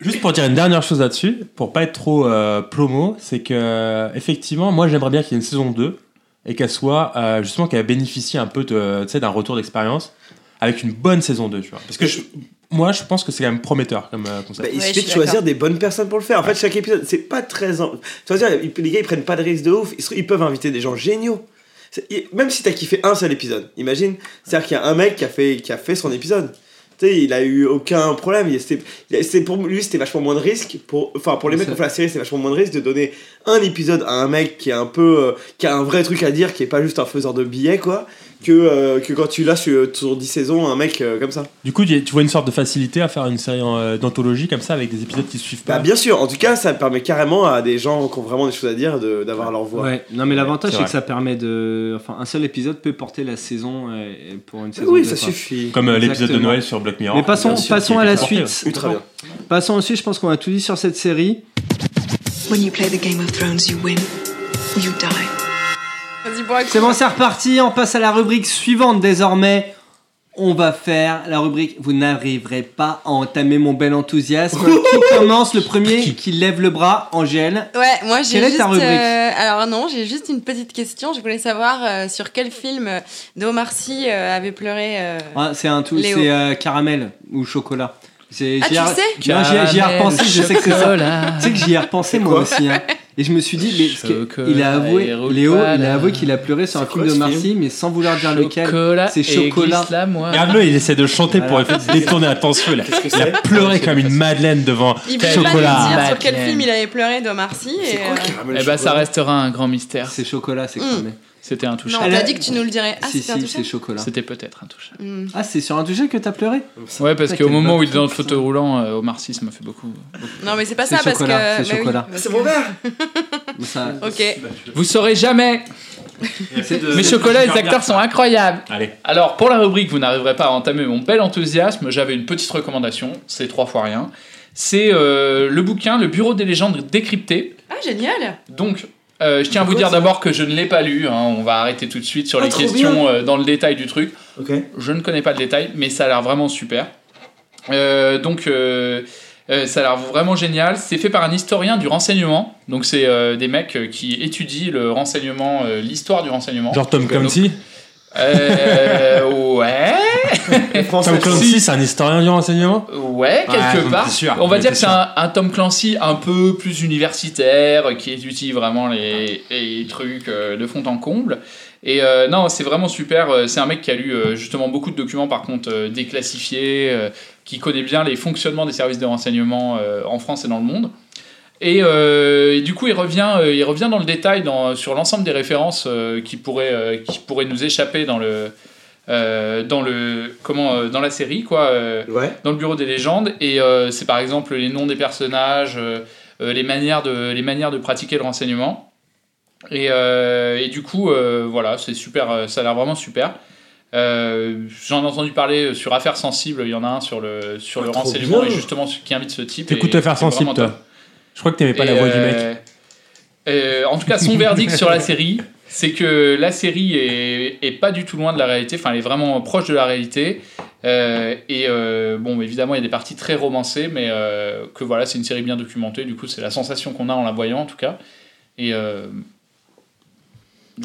Juste pour dire une dernière chose là-dessus, pour pas être trop euh, plomo, c'est que, effectivement, moi j'aimerais bien qu'il y ait une saison 2 et qu'elle soit, euh, justement, qu'elle bénéficie un peu de, tu sais, d'un retour d'expérience avec une bonne saison 2, tu vois. Parce que je- moi je pense que c'est quand même prometteur comme euh, concept. Bah, il suffit de choisir des bonnes personnes pour le faire. En fait, chaque épisode, c'est pas très. en- Tu vas dire, ils- les gars, ils prennent pas de risque de ouf. Ils, se- ils peuvent inviter des gens géniaux. C'est- il- Même si t'as kiffé un seul épisode, imagine. C'est-à-dire qu'il y a un mec qui a fait, qui a fait son épisode. Tu sais, il a eu aucun problème. Il, c'était- il a- c'est- pour lui, c'était vachement moins de risque. Pour, enfin, pour les mecs qui ont fait la série, c'est vachement moins de risque de donner un épisode à un mec qui est un peu, euh, qui a un vrai truc à dire, qui est pas juste un faiseur de billets, quoi. Que, euh, que quand tu lâches euh, sur 10 saisons un mec euh, comme ça. Du coup, tu tu vois une sorte de facilité à faire une série en, euh, d'anthologie comme ça avec des épisodes qui se suivent pas. Bah bien sûr, en tout cas ça permet carrément à des gens qui ont vraiment des choses à dire de- d'avoir leur voix. Ouais, non mais l'avantage C'est c'est que vrai. ça permet de. Enfin, un seul épisode peut porter la saison euh, pour une saison. Ah oui, deux, ça quoi. suffit. Comme, euh, l'épisode de Exactement. Noël sur Black Mirror. Mais passons, Bien sûr, passons qui à est la porté, hein. suite. ouais. Ultra bien. Passons ensuite, je pense qu'on a tout dit sur cette série. When you play the Game of Thrones, you win or you die. Vas-y, bois. C'est bon, c'est reparti. On passe à la rubrique suivante désormais. On va faire la rubrique Vous n'arriverez pas à entamer mon bel enthousiasme. qui commence le premier qui lève le bras, Angèle. Ouais, moi j'ai Quelle est juste. ta rubrique euh, alors non, j'ai juste une petite question. Je voulais savoir euh, sur quel film euh, de Omar Sy euh, avait pleuré. euh, Ah, c'est un tout, Léo. c'est euh, caramel ou chocolat. C'est- Ah, j'y tu ai- sais Non, j'y ai- J'y ai Caramel, repensé, je sais que c'est ça. chocolat. Tu sais que j'y ai repensé moi aussi. hein. Et je me suis dit, mais parce que il a avoué, et roule Léo, pas, il là. a avoué qu'il a pleuré sur un film de ce Marcy, mais sans vouloir dire lequel. C'est et chocolat. glisse la moelle. Ah, Regarde-le, il essaie de chanter pour essayer de détourner l'attention. Il a, que il a c'est pleuré comme une madeleine devant Il voulait pas nous dire chocolat. sur quel film il avait pleuré d'Omar Sy. et, euh, Eh ben, ça restera un grand mystère. C'est chocolat, c'est Mm. cramé. C'était un touché. Non, t'as dit que tu nous le dirais. Ah, Si, c'était un si, touché. c'est chocolat. C'était peut-être un touché. Hmm. Ah, c'est sur un touché que t'as pleuré Ouais, parce Putain, qu'au quel moment où bâtard. il est dans le fauteuil roulant, euh, Omar Sy, ça m'a fait beaucoup. Non, mais c'est pas C'est ça parce que. chocolat, c'est bah oui, chocolat. parce Ah, C'est mon que- verre Ok. Vous saurez jamais Euh, de- Mes de- chocolats et de- les acteurs sont incroyables Allez. Alors, pour la rubrique, vous n'arriverez pas à entamer mon bel enthousiasme, j'avais une petite recommandation, c'est trois fois rien. C'est euh, le bouquin Le Bureau des légendes décryptées. Ah, génial Donc, euh, je tiens à vous dire d'abord que je ne l'ai pas lu, hein, on va arrêter tout de suite sur Ah, les trop questions bien. euh, dans le détail du truc. Ok. Je ne connais pas le détail, mais ça a l'air vraiment super. Euh, donc, euh, euh, ça a l'air vraiment génial. C'est fait par un historien du renseignement. Donc, c'est euh, des mecs euh, qui étudient le renseignement, euh, l'histoire du renseignement. Genre Tom Donc, Clancy euh, (laughs) ouais. Tom Clancy, c'est un historien du renseignement Ouais, quelque Ouais, part. c'est sûr. on va Ouais, dire que c'est c'est un, un Tom Clancy un peu plus universitaire, euh, qui étudie vraiment les, les trucs euh, de fond en comble. Et euh, non, c'est vraiment super. euh, C'est un mec qui a lu euh, justement beaucoup de documents, par contre, euh, déclassifiés, euh, qui connaît bien les fonctionnements des services de renseignement euh, en France et dans le monde. Et, euh, et du coup, il revient, euh, il revient dans le détail dans- sur l'ensemble des références euh, qui, pourraient, euh, qui pourraient nous échapper dans le, euh, dans le comment euh, dans la série quoi euh, dans le bureau des légendes et euh, c'est par exemple les noms des personnages euh, euh, les manières de les manières de pratiquer le renseignement et, euh, et du coup euh, voilà c'est super euh, ça a l'air vraiment super Euh, j'en ai entendu parler euh, sur affaires sensibles il y en a un sur le sur le Ah, trop renseignement bien. et justement qui invite ce type T'écoutes et te faire c'est vraiment sensible, top. toi. Je crois que t'aimais pas la Et, voix du euh, mec. euh, en tout cas, (laughs) son verdict sur la série, c'est que la série est, est pas du tout loin de la réalité. Enfin, elle est vraiment proche de la réalité. Euh, et euh, bon, évidemment, il y a des parties très romancées, mais euh, que voilà, c'est une série bien documentée. Du coup, c'est la sensation qu'on a en la voyant, en tout cas. Et euh,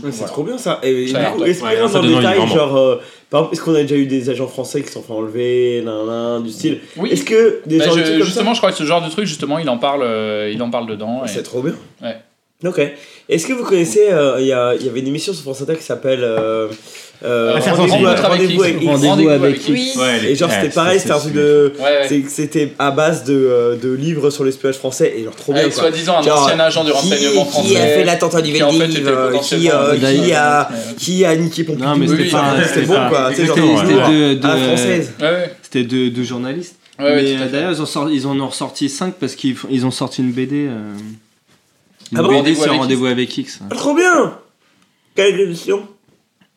Ouais, c'est trop bien ça. Et, Ça du a coup, l'air est-ce qu'il y a top. dans Ouais, le ça donne détail, envie, genre, euh, par exemple, est-ce qu'on a déjà eu des agents français qui se sont fait enlever, nan, nan, du style Oui. Est-ce que des Bah, gens je- du style comme ça Ah, justement, je crois que ce genre de truc, justement, il en parle, euh, il en parle dedans. et- C'est trop bien. Ouais. Ok. Est-ce que vous connaissez, euh, il y, a- il y avait une émission sur France Inter qui s'appelle euh, euh, Affaires Rendez-vous sensibles. avec Rendez-vous avec X. Rendez-vous avec X. Oui. Ouais, elle est- Et genre ouais, c'était ça, pareil, c'est c'était un truc super. de, Ouais, ouais. c'est- c'était à base de, euh, de livres sur l'espionnage français et genre trop bien. Avec quoi. Ah, soi-disant un Genre, ancien agent du qui- renseignement Qui a français, fait l'attentat du qui, en fait, Veldiv, était euh, qui, potentiellement euh, un qui daïs. a, qui a niqué Pompidou. Non, mais c'était pas. c'était bon quoi. tu sais, genre, C'était toujours, c'était hein. de- de- À la française. C'était de, de journalistes. Ouais, ouais, Mais, tout à euh, d'ailleurs, ils, ont sorti- ils en ont ressorti 5 parce qu'ils font- ils ont sorti une BD. euh, une Ah bon BD Rendez-vous sur avec Rendez-vous avec X. Ah, Trop bien. Quelle émission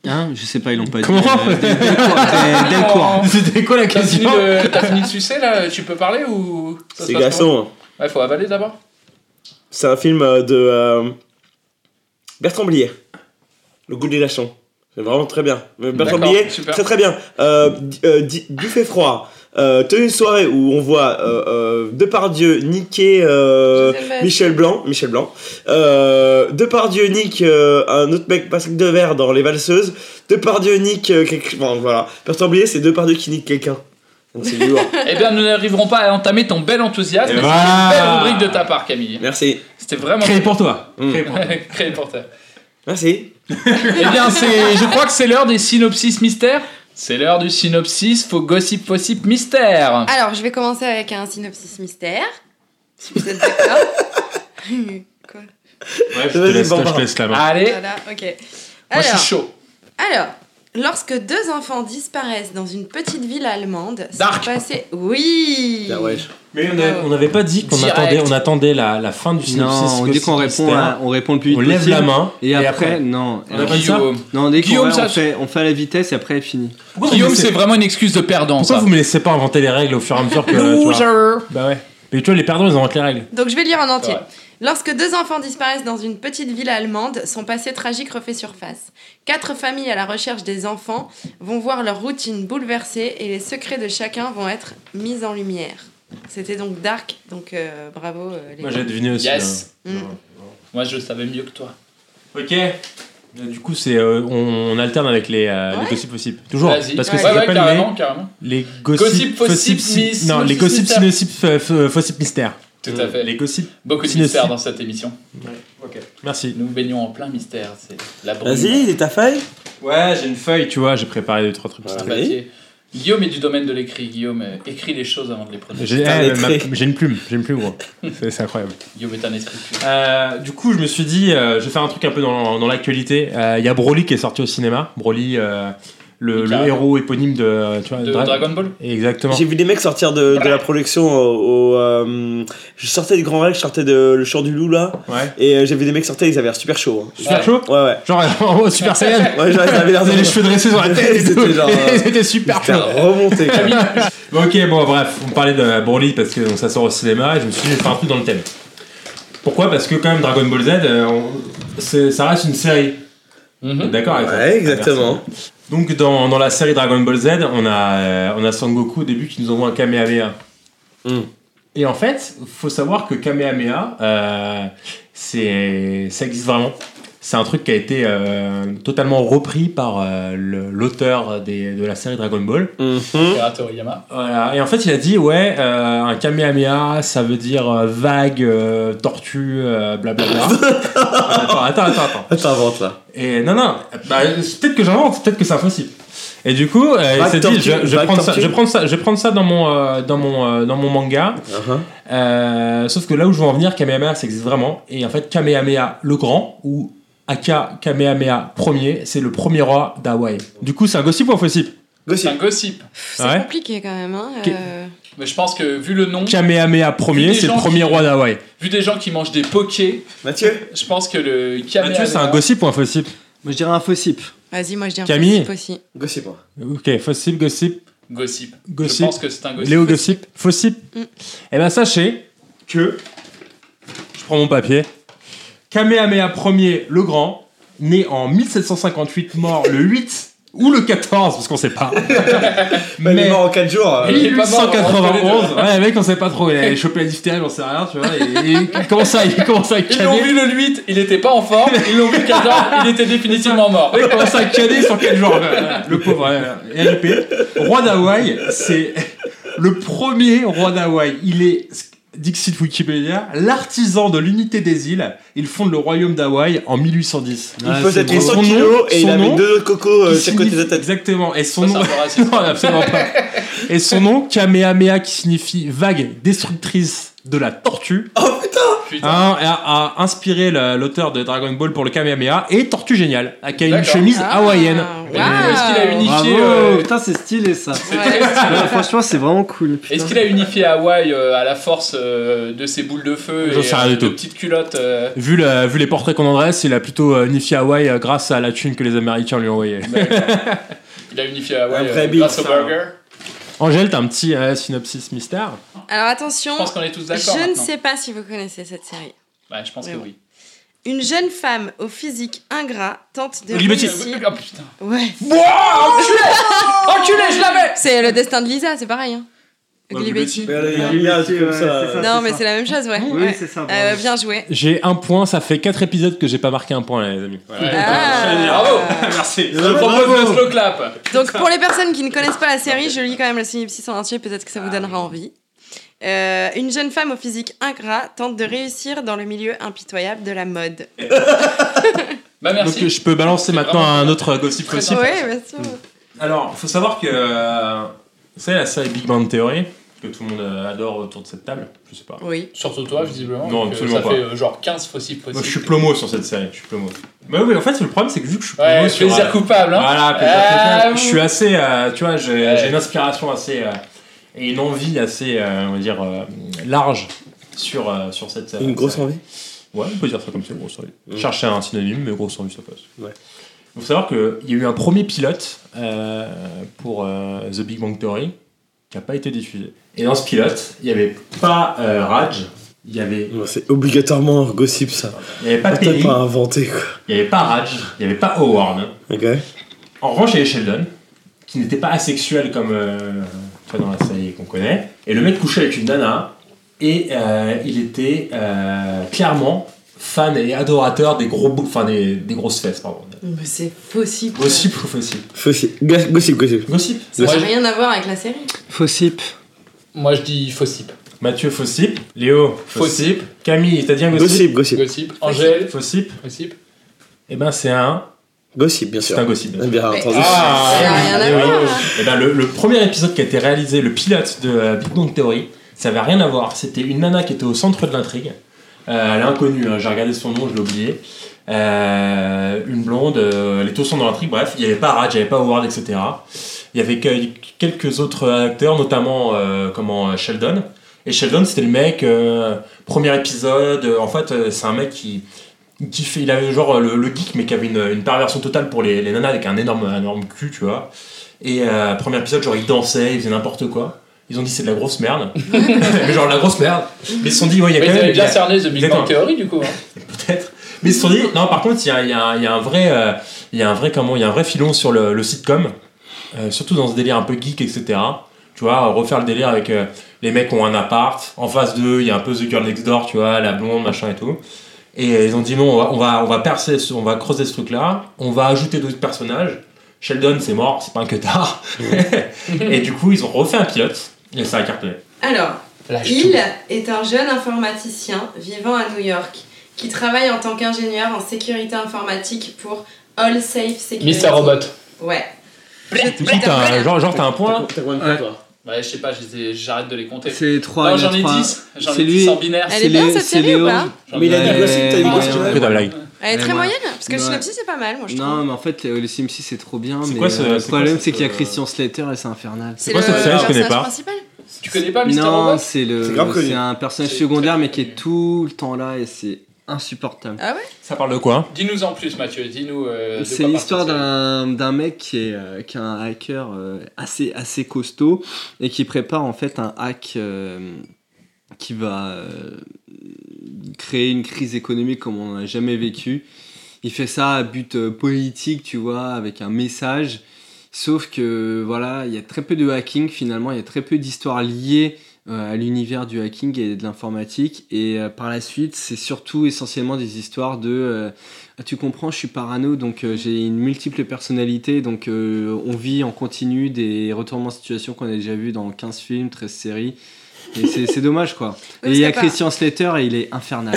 Hein je sais pas, ils l'ont pas Comment dit. euh, (laughs) Delcourt, euh, Delcourt. C'était quoi la T'as fini, question de, t'as fini de sucer là Tu peux parler ou ça se C'est passe glaçant, hein. comment Ouais, faut avaler d'abord. C'est un film euh, de euh, Bertrand Blier. Le goût des lâchons. C'est vraiment très bien. Euh, Bertrand D'accord, Blier, super. très très bien. Euh, di- euh, di- buffet froid. Euh, tenue de soirée où on voit euh, euh, Depardieu niquer euh, Gisèle Bachelot. Michel Blanc. Michel Blanc. Euh, Depardieu nique euh, un autre mec, Patrick Devers, dans Les Valseuses. Depardieu nique euh, quelque- bon, voilà. Bertrand Blier, c'est Depardieu qui nique quelqu'un. Donc c'est du lourd. (laughs) Eh bien, nous n'arriverons pas à entamer ton bel enthousiasme. Et C'est voilà. une belle rubrique de ta part, Camille. Merci. C'était vraiment. Créé pour toi. Créé pour toi. (laughs) Créé pour toi. Merci. Eh bien, c'est, je crois que c'est l'heure des synopsis mystères. C'est l'heure du synopsis, faux gossip, possible mystère. Alors, je vais commencer avec un synopsis mystère. Si vous êtes (laughs) d'accord. Quoi je te laisse- je te laisse la main. Allez. Voilà, ok. Moi, je Alors- suis chaud. Alors, lorsque deux enfants disparaissent dans une petite ville allemande, c'est Dark. passé. Oui Euh, Mais on a- on n'avait pas dit qu'on Direct. attendait, on attendait la, la fin du synopsis. Non, dès qu'on répond, à- on répond le plus vite On lève possible. la main, Et, et après, après- non. euh, On appelle ça Guillaume. Non, dès qu'on Guillaume, va, ça- on, fait, on fait à la vitesse et après, elle finit. vous Guillaume, laissez- c'est vraiment une excuse de perdant. Pourquoi vous me laissez pas inventer les règles au fur et à mesure que. tu vois Loser. Bah ouais. Mais tu vois, les perdants, ils inventent les règles. Donc je vais lire en entier. Ouais. Lorsque deux enfants disparaissent dans une petite ville allemande, son passé tragique refait surface. Quatre familles à la recherche des enfants vont voir leur routine bouleversée et les secrets de chacun vont être mis en lumière. C'était donc Dark, donc euh, bravo euh, les Moi, gars. j'ai deviné aussi. Ah, Yes. Mm. Moi, je le savais mieux que toi. Ok. Euh, Du coup, c'est euh, on, on alterne avec les, euh, les gossips possibles. Toujours. Vas-y. Parce que Ouais, ça ouais, s'appelle carrément, les, carrément. les gossips, Gossip, possible, si- miss- Non, les synopsis gossips, mystère. synopsis, euh, f- fossips mystère. Tout à fait. Les gossips. Beaucoup de synopsis- mystères dans cette émission. Ok. Merci. Nous baignons en plein mystère. C'est la brume. Vas-y, ta feuille Ouais, j'ai une feuille, tu vois, j'ai préparé deux trois trucs. Voilà, Vas-y. papier. Guillaume est du domaine de l'écrit. Guillaume euh, écrit les choses avant de les prononcer. J'ai eh, ma- j'ai une plume, j'ai une plume, gros. C'est c'est incroyable. Guillaume est un esprit pur. Euh, du coup, je me suis dit, euh, je vais faire un truc un peu dans, dans l'actualité. Euh, Il y a Broly qui est sorti au cinéma. Broly, euh, le, le héros éponyme de, euh, tu vois, De Dra- Dragon Ball Exactement. J'ai vu des mecs sortir de, de la production au. au, euh, je sortais du Grand Rex, je sortais de le Chant du Loup là. Et euh, j'ai vu des mecs sortir, ils avaient l'air super chaud. hein. Super chaud Ouais, ouais. Genre (laughs) en mode Super Saiyan (laughs) Ouais, genre ils avaient l'air Ils avaient les cheveux dressés sur la tête et tout. C'était (laughs) genre. euh, C'était super putain, chaud. remonté quoi. Bon, ok, bon, bref, on parlait de Broly parce que donc, ça sort au cinéma et je me suis dit, je vais faire un truc dans le thème. Pourquoi Parce que, quand même, Dragon Ball Z, euh, on- c'est- ça reste une série. T'es D'accord avec ça Ouais, exactement. Merci. Donc, dans, dans la série Dragon Ball Z, on a, euh, on a Sangoku au début qui nous envoie un Kamehameha. Mhm. Et en fait, faut savoir que Kamehameha, euh, c'est, ça existe vraiment. C'est un truc qui a été euh, totalement repris par euh, le- l'auteur des- de la série Dragon Ball. Mm-hmm. Akira Toriyama. Voilà. Et en fait, il a dit ouais, euh, un Kamehameha, ça veut dire euh, vague, euh, tortue, euh, (laughs) blablabla. attends, attends, attends, attends. T'inventes là. Et non, non, bah, c'est peut-être que j'invente, peut-être que c'est impossible. Et du coup, euh, il Vague s'est tortue, dit, je, je vais vague prendre ça, tortue. je vais prendre ça, je vais prendre ça dans mon, euh, dans mon, euh, dans mon manga. Uh-huh. Euh, sauf que là où je veux en venir, Kamehameha, ça existe vraiment. Et en fait, Kamehameha le Grand, ou Aka Kamehameha Ier, c'est le premier roi d'Hawaï. Du coup, c'est un gossip ou un fossip C'est un gossip. C'est ah compliqué quand même. hein, Qu'est- euh. Mais je pense que vu le nom, Kamehameha Vu Ier, des c'est le gens premier qui- roi d'Hawaï. vu des gens qui mangent des pokés, Mathieu, je pense que le Mathieu, Kamehameha. c'est un gossip ou un fossip Moi, je dirais un fossip. Vas-y, moi je dis un Camille gossip aussi. Gossip, moi. Ok, fossip, gossip. Gossip. Gossip. Je pense que c'est un gossip. Léo Gossip. Fossip. Eh ben, sachez que. Je prends mon papier. Kamehameha Ier le Grand, né en 1758, mort le 8 Ou le 14, parce qu'on sait pas. Mais il est mort en 4 jours. euh. Et 1891, ouais, le mec, on sait pas trop, il a chopé la diphtérie, j'en sais rien, tu vois. Et, et il commence à, il commence à Ils l'ont caner. vu le 8, il était pas en forme. Ils l'ont vu le 14, il était définitivement mort. Il commence à caner sur 4 jours. Le pauvre, euh, ouais, RIP. Roi d'Hawaï, c'est le premier roi d'Hawaï. Il est, Dixit Wikipédia, l'artisan de l'unité des îles. Il fonde le royaume d'Hawaï en 1810. Il faisait 300 kilos et il avait deux cocos euh, qui chaque côté de la signifie- tête. Exactement. Et son Ça, nom. c'est un peu (laughs) raciste. Non, absolument pas. Et son nom, Kamehameha, qui signifie vague destructrice de la tortue. Oh putain! a, a inspiré la- l'auteur de Dragon Ball pour le Kamehameha et Tortue Géniale, qui a une D'accord. chemise Ah, hawaïenne. Est-ce qu'il a unifié. Bravo, euh, putain, c'est stylé ça. très stylé. Ouais, franchement, c'est vraiment cool. putain. Est-ce qu'il a unifié Hawaï euh, à la force euh, de ses boules de feu J'en et sais rien euh, du de tout. petites culottes euh, Vu, la- vu les portraits qu'on en dresse, il a plutôt euh, unifié Hawaï euh, grâce à la thune que les Américains lui ont (laughs) envoyée. Il a unifié Hawaï Un euh, vrai beat, grâce au ça. hein. burger Angèle, t'as un petit euh, synopsis mystère Alors attention, Je pense qu'on est tous d'accord je ne maintenant. sais pas si vous connaissez cette série. Bah, je pense que oui. Une jeune femme au physique ingrat tente de Olivier réussir. Petit. Ah, putain. Ouais. Oh Wouah, enculé Enculé, je l'avais C'est le destin de Lisa, c'est pareil. Hein. Glibetti. Mais elle a- il a un truc comme ça. euh. Non, mais c'est la même chose, ouais. Oui, Ouais. c'est ça, Euh, bravo. bien joué. J'ai un point, ça fait 4 épisodes que j'ai pas marqué un point, les amis. Ah. Bravo (laughs) Merci. Je propose le slow clap. Bah, Donc pour les personnes qui ne connaissent pas la série, je lis quand même le synopsis en entier, peut-être que ça vous donnera envie. Euh, une jeune femme au physique ingrat tente de réussir dans le milieu impitoyable de la mode. Bah, merci. Donc euh, je peux balancer maintenant vraiment un autre euh, gossip possible. Ouais, bien sûr. Alors, faut savoir que euh, vous savez la série Big Bang Theory que tout le monde euh, adore autour de cette table. Je sais pas. Oui. Surtout toi, visiblement. Non, donc, euh, absolument ça pas. fait euh, genre 15 fossiles possibles. Moi, je suis plomo sur cette série. Je suis plomo. Mais Bah oui, en fait, le problème c'est que vu que je suis plomo Ouais, sur, plaisir euh, coupable. Hein. Voilà, plaisir Ah, coupable, Je vous- suis assez, euh, tu vois, j'ai Ouais. j'ai une inspiration assez euh, et une envie assez, euh, on va dire, euh, large sur euh, sur cette. euh, Une grosse série. envie. Ouais, on peut dire ça comme ça, grosse envie. Chercher un synonyme, mais grosse envie, ça passe. Ouais. Il faut savoir qu'il y a eu un premier pilote euh, pour euh, The Big Bang Theory qui n'a pas été diffusé. Et dans ce pilote, il n'y avait pas euh, Raj, il n'y avait, Ouais, C'est obligatoirement un gossip ça. il y avait pas Ah, T'as Penny, pas inventé quoi. il n'y avait pas Raj, il n'y avait pas Howard. Ok. En revanche, il y avait Sheldon, qui n'était pas asexuel comme euh, tu vois, dans la série qu'on connaît. Et le mec couchait avec une nana, et euh, il était euh, clairement fan et adorateur des, gros, bou- enfin, des, des grosses fesses. Pardon. Mais c'est possible. Gossip ou fossile Gossip, gossip, gossip. Gossip. Ça n'a Moi, je- rien à voir avec la série. Fossip. Moi, je dis fossip. Mathieu Fossip, Léo Fossip, Camille, t'as dit un gossip Gossip, gossip. Gossip. Angèle. Fossip, Fossip. eh ben c'est un, Gossip, bien sûr. c'est un gossip. Eh Bien entendu. Ah, Ça n'a oui, rien à eh oui. voir. Eh ben, le, le premier épisode qui a été réalisé, le pilote de euh, Big Bang Theory, ça avait rien à voir. C'était une nana qui était au centre de l'intrigue. Euh, elle est inconnue, hein, j'ai regardé son nom, je l'ai oublié. Euh, une blonde, euh, elle est au centre de l'intrigue, bref, il n'y avait pas Raj, il n'y avait pas Howard, etc. Il y avait que- quelques autres acteurs, notamment euh, comment, euh, Sheldon. Et Sheldon, c'était le mec, euh, premier épisode, euh, en fait, euh, c'est un mec qui, qui fait, il avait genre euh, le, le geek, mais qui avait une, une perversion totale pour les, les nanas avec un énorme, un énorme cul, tu vois. Et euh, premier épisode, genre, ils dansaient, ils faisaient n'importe quoi. Ils ont dit c'est de la grosse (laughs) merde. mais genre la grosse merde. Mais ils se sont dit, ouais, il y a Mais quand ils même. avaient bien il y a- cerné The Big Bang Exactement. Theory, du coup. hein. peut-être. Mais ils se sont dit, non, par contre, il y a, il y a- il y a un vrai, euh, il y a un vrai, comment, il y a un vrai filon sur le, le sitcom, euh, surtout dans ce délire un peu geek, etc. Tu vois, refaire le délire avec euh, les mecs qui ont un appart, en face d'eux, il y a un peu The Girl Next Door, tu vois, la blonde, machin et tout. Et euh, ils ont dit non, on va, on va, on va percer, ce- on va creuser ce truc-là, on va ajouter d'autres personnages. Sheldon, c'est mort, c'est pas un que tard. et du coup, ils ont refait un pilote, et ça a cartonné. Alors, Lâche Il tout. est un jeune informaticien vivant à New York qui travaille en tant qu'ingénieur en sécurité informatique pour All Safe Security. Mister Robot. Ouais. Du coup, t'as un- genre, genre, t'as un point. T'as combien de points, Ouais. toi Ouais, Bah, je sais pas, je les ai- j'arrête de les compter. C'est 3 Non, j'en ai 10. J'en C'est ai lui. 10 en binaire. Elle est bien, cette série, ou pas J'en Mais il a ai- dit gossip, t'as dit Ouais, gossip. ouais, Que ta blague. Elle est Ouais, très ouais. moyenne parce que le Ouais. synopsis c'est pas mal, moi je trouve. Non, mais en fait, euh, le, le Simsi c'est trop bien. C'est mais quoi ce- euh, le c'est quoi problème, cette, c'est qu'il y a euh, Christian Slater et c'est infernal. C'est quoi le cette série Je connais personnage pas. principal Tu connais pas Mister Non, Robot c'est C'est grave le, connu. c'est un personnage C'est secondaire, très mais qui connu. est tout le temps là et c'est insupportable. Ah ouais Ça parle de quoi hein Dis-nous en plus, Mathieu. Dis-nous. euh, de C'est quoi l'histoire parle cette d'un série. d'un mec qui est, euh, qui est un hacker euh, assez, assez costaud et qui prépare en fait un hack euh, qui va euh, créer une crise économique comme on n'en a jamais vécu il fait ça à but euh, politique, tu vois, avec un message. Sauf que voilà, il y a très peu de hacking finalement, il y a très peu d'histoires liées euh, à l'univers du hacking et de l'informatique. Et euh, par la suite, c'est surtout essentiellement des histoires de euh, Ah, tu comprends, je suis parano, donc euh, j'ai une multiple personnalité, donc euh, on vit en continu des retournements de situation qu'on a déjà vus dans 15 films, 13 séries. Et c'est c'est dommage quoi. Oui, et il y a parce que Christian Slater et il est (laughs) infernal.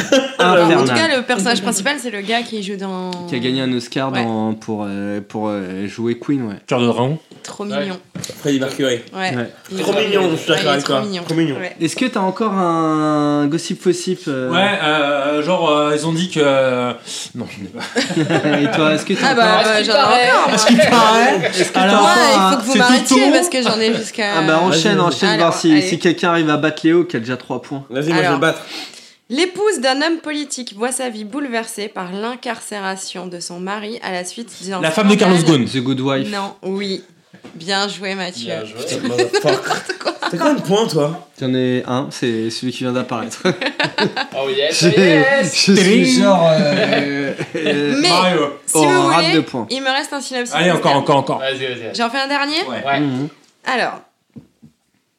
infernal Alors, Ah, bah, en tout cas, le personnage principal, c'est le gars qui joue dans. qui a gagné un Oscar dans- pour, euh, pour euh, jouer Queen. Ouais. Cœur de dragon. Trop mignon. Freddie Mercury. Ouais. Il est Trop mignon, je suis Ouais, il est d'accord avec trop toi. mignon. Trop mignon. Ouais. Est-ce que t'as encore un gossip fossip euh, Ouais, euh, genre, euh, ils ont dit que. euh, Non, je n'ai (laughs) pas. Et toi, est-ce que t'as Ah bah, encore- bah, qu'il j'en ai paraît encore. Est-ce qu'il moi. paraît Est-ce que t'as Ouais, encore un- il faut que vous euh, C'est m'arrêtiez Toto parce que j'en ai jusqu'à. Ah bah enchaîne, Vas-y, enchaîne, Alors, voir si, allez. si quelqu'un arrive à battre Léo qui a déjà 3 points. Vas-y, moi je vais Alors. me battre. L'épouse d'un homme politique voit sa vie bouleversée par l'incarcération de son mari à la suite d'un. La femme de Carlos scandale- Ghosn. The Good Wife. Non, oui. Bien joué, Mathieu. Bien joué. T'as combien de points, toi J'en ai un, c'est celui qui vient d'apparaître. Oh yes, Je- yes je suis genre. euh, Mais- Mario. Si Oh, vous un rate voulez, de points. il me reste un synopsis. Allez, encore, encore, encore. Vas-y, vas-y. vas-y. J'en fais un dernier Ouais. Ouais. Mhm. Alors,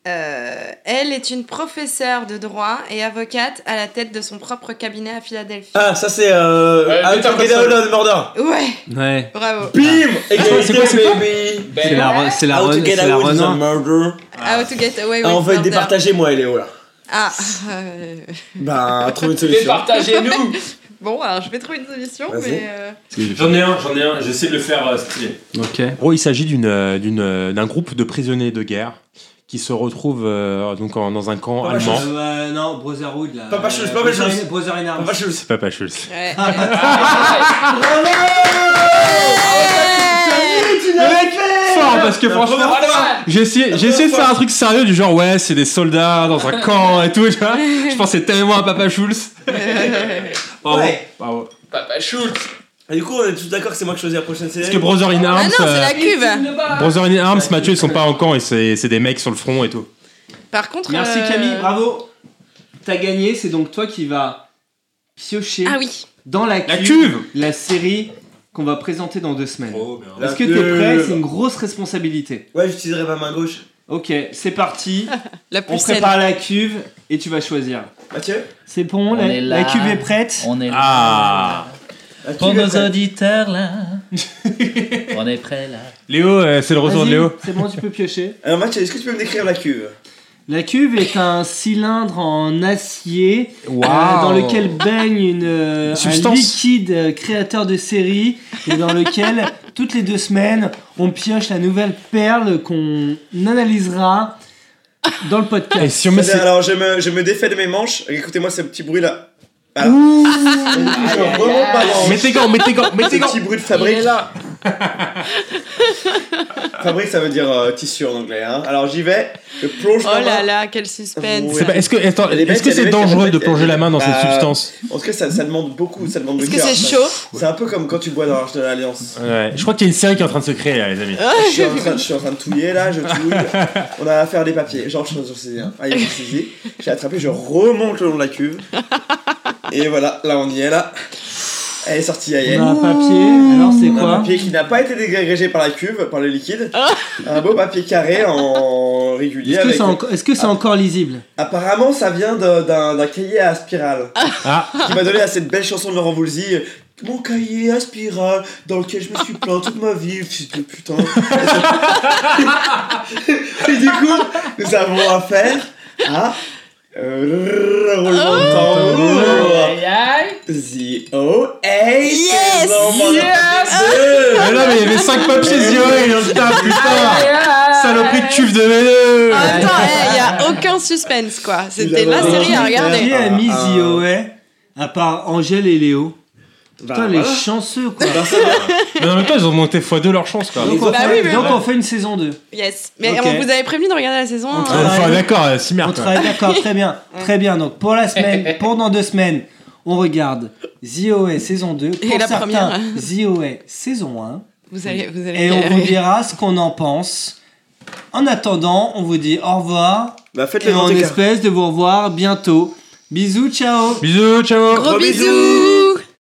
euh, elle est une professeure de droit et avocate à la tête de son propre cabinet à Philadelphie. Ah, ça c'est. Euh, Ouais, How to Better Get Call Out of Murder. Ouais, Ouais. bravo. Bim Ah, c'est quoi, c'est Égalité, quoi baby Ben, C'est la, re- c'est la, How run- hein. to Get c'est la Out of renoir. Murder. How to get away with Ah, on va être murder. départagé, moi et Léo là. Ah, euh, Bah, trouver une solution. Départagez-nous bon, alors je vais trouver une solution, Vas-y. mais. euh, J'en ai un, j'en ai un, j'essaie de le faire euh, stylé. Ok. En gros, il s'agit d'une, euh, d'une, euh, d'un groupe de prisonniers de guerre qui se retrouvent euh, donc en- dans un camp Papa allemand. Schultz. non, Brotherhood là. Papa Schultz, Papa Brother- Schultz. Brother in Papa Schultz. C'est Papa Schultz. (laughs) ouais. ben, Fort parce que franchement, j'ai essayé, j'ai essayé de faire un truc sérieux du genre ouais, c'est des soldats dans un camp et tout. (laughs) Tu vois Je pensais tellement à Papa Schultz. (laughs) Ah Bravo. Ouais. Bravo. Papa Schultz Et Ah, du coup, on est tous d'accord que c'est moi qui choisis la prochaine série. Parce que Brother in Ah Arms, non, c'est euh, la cuve Brother in Arms, Mathieu, ils sont pas en camp et c'est c'est des mecs sur le front et tout. Par contre. Merci euh, Camille, bravo. T'as gagné, c'est donc toi qui vas piocher Ah oui. dans la La cuve, cuve la série qu'on va présenter dans deux semaines. Oh, La Est-ce que cuve. t'es prêt C'est une grosse responsabilité. Ouais, j'utiliserai ma main gauche. Ok, c'est parti. La On pucelle. prépare la cuve et tu vas choisir. Mathieu C'est bon, On la, est là. la cuve est prête. On est Ah la Pour cuve est nos prête. auditeurs là, on est prêts là. Léo, euh, c'est le retour de Vas-y, Léo. C'est bon, tu peux piocher. Alors, Euh, Mathieu, est-ce que tu peux me décrire la cuve (laughs) La cuve est un cylindre en acier Waouh. euh, dans lequel baigne une, euh, un Substance. liquide euh, créateur de série et dans lequel toutes les deux semaines on pioche la nouvelle perle qu'on analysera dans le Et podcast. si on met ces- Alors, je me, je me défais de mes manches. Écoutez-moi ce petit Ah. bruit là. (laughs) Voilà. Je remonte ma manche. Mets tes gants, mets tes gants, mets Ce tes gants. petit bruit de fabrique. là. (laughs) Fabrique, ça veut dire euh, tissu en anglais. Hein. Alors, j'y vais. Je plonge Oh ma là main. là, quel suspense. Ouais. C'est pas- Est-ce que attends, Il y a des mecs, est-ce que il y a c'est des mecs, il y a dangereux des de mecs, il plonger y a Bah, la main dans cette des- substance En tout cas, ça, ça demande beaucoup. Ça demande Est-ce du que cœur, c'est ça. chaud C'est un peu comme quand tu bois dans l'Arche de l'Alliance. Ouais, je crois qu'il y a une série qui est en train de se créer là, les amis. Je suis, en train, je suis en train de touiller là, je touille. On a affaire à des papiers. Genre, je suis sur saisie. Allez, je saisis. J'ai attrapé, je remonte le long de la cuve. Et voilà, là on y est là. Elle est sortie, elle y est. On a un papier, alors c'est On a un quoi papier qui n'a pas été dégrégé par la cuve, par le liquide. Un beau papier carré en régulier. Est-ce que Avec... c'est enco- est-ce que c'est encore lisible Apparemment, ça vient de- d'un d'un cahier à spirale. Ah. Qui m'a donné à cette belle chanson de Laurent Voulzy. euh, Mon cahier à spirale dans lequel je me suis plaint toute ma vie, fils de putain. Et du coup, nous avons affaire à. euh, Roulement de Aïe, aïe. tambour. The OA. Yes. Yes! Mais Ah non, mais il y avait 5 papiers Zioé dans le tas, putain Ah. Saloperie de cuve de mêlée En même temps, il n'y a aucun suspense quoi. C'était la série à regarder. Qui a mis Ah, ah. Zioé à part Angèle et Léo Bah Putain, les chanceux (laughs) quoi. Mais en même temps, ils ont monté x2 leur chance, quoi. Donc, on, Bah fait, oui, mais donc bon. on fait une saison 2. Yes. Mais Ok. on vous avait prévenu de regarder la saison. On hein. travaille. Enfin, d'accord, euh, si On merde. quoi. travaille d'accord, très (laughs) bien, très bien. Donc pour la semaine, pendant deux semaines, on regarde ZOE saison 2, pour Et la certains première. ZOE saison 1, Vous allez, vous allez. et on galérer. vous dira ce qu'on en pense. En attendant, on vous dit au revoir Bah, faites et le on grand écart. espèce de vous revoir bientôt. Bisous, ciao Bisous, ciao Gros Gros bisous.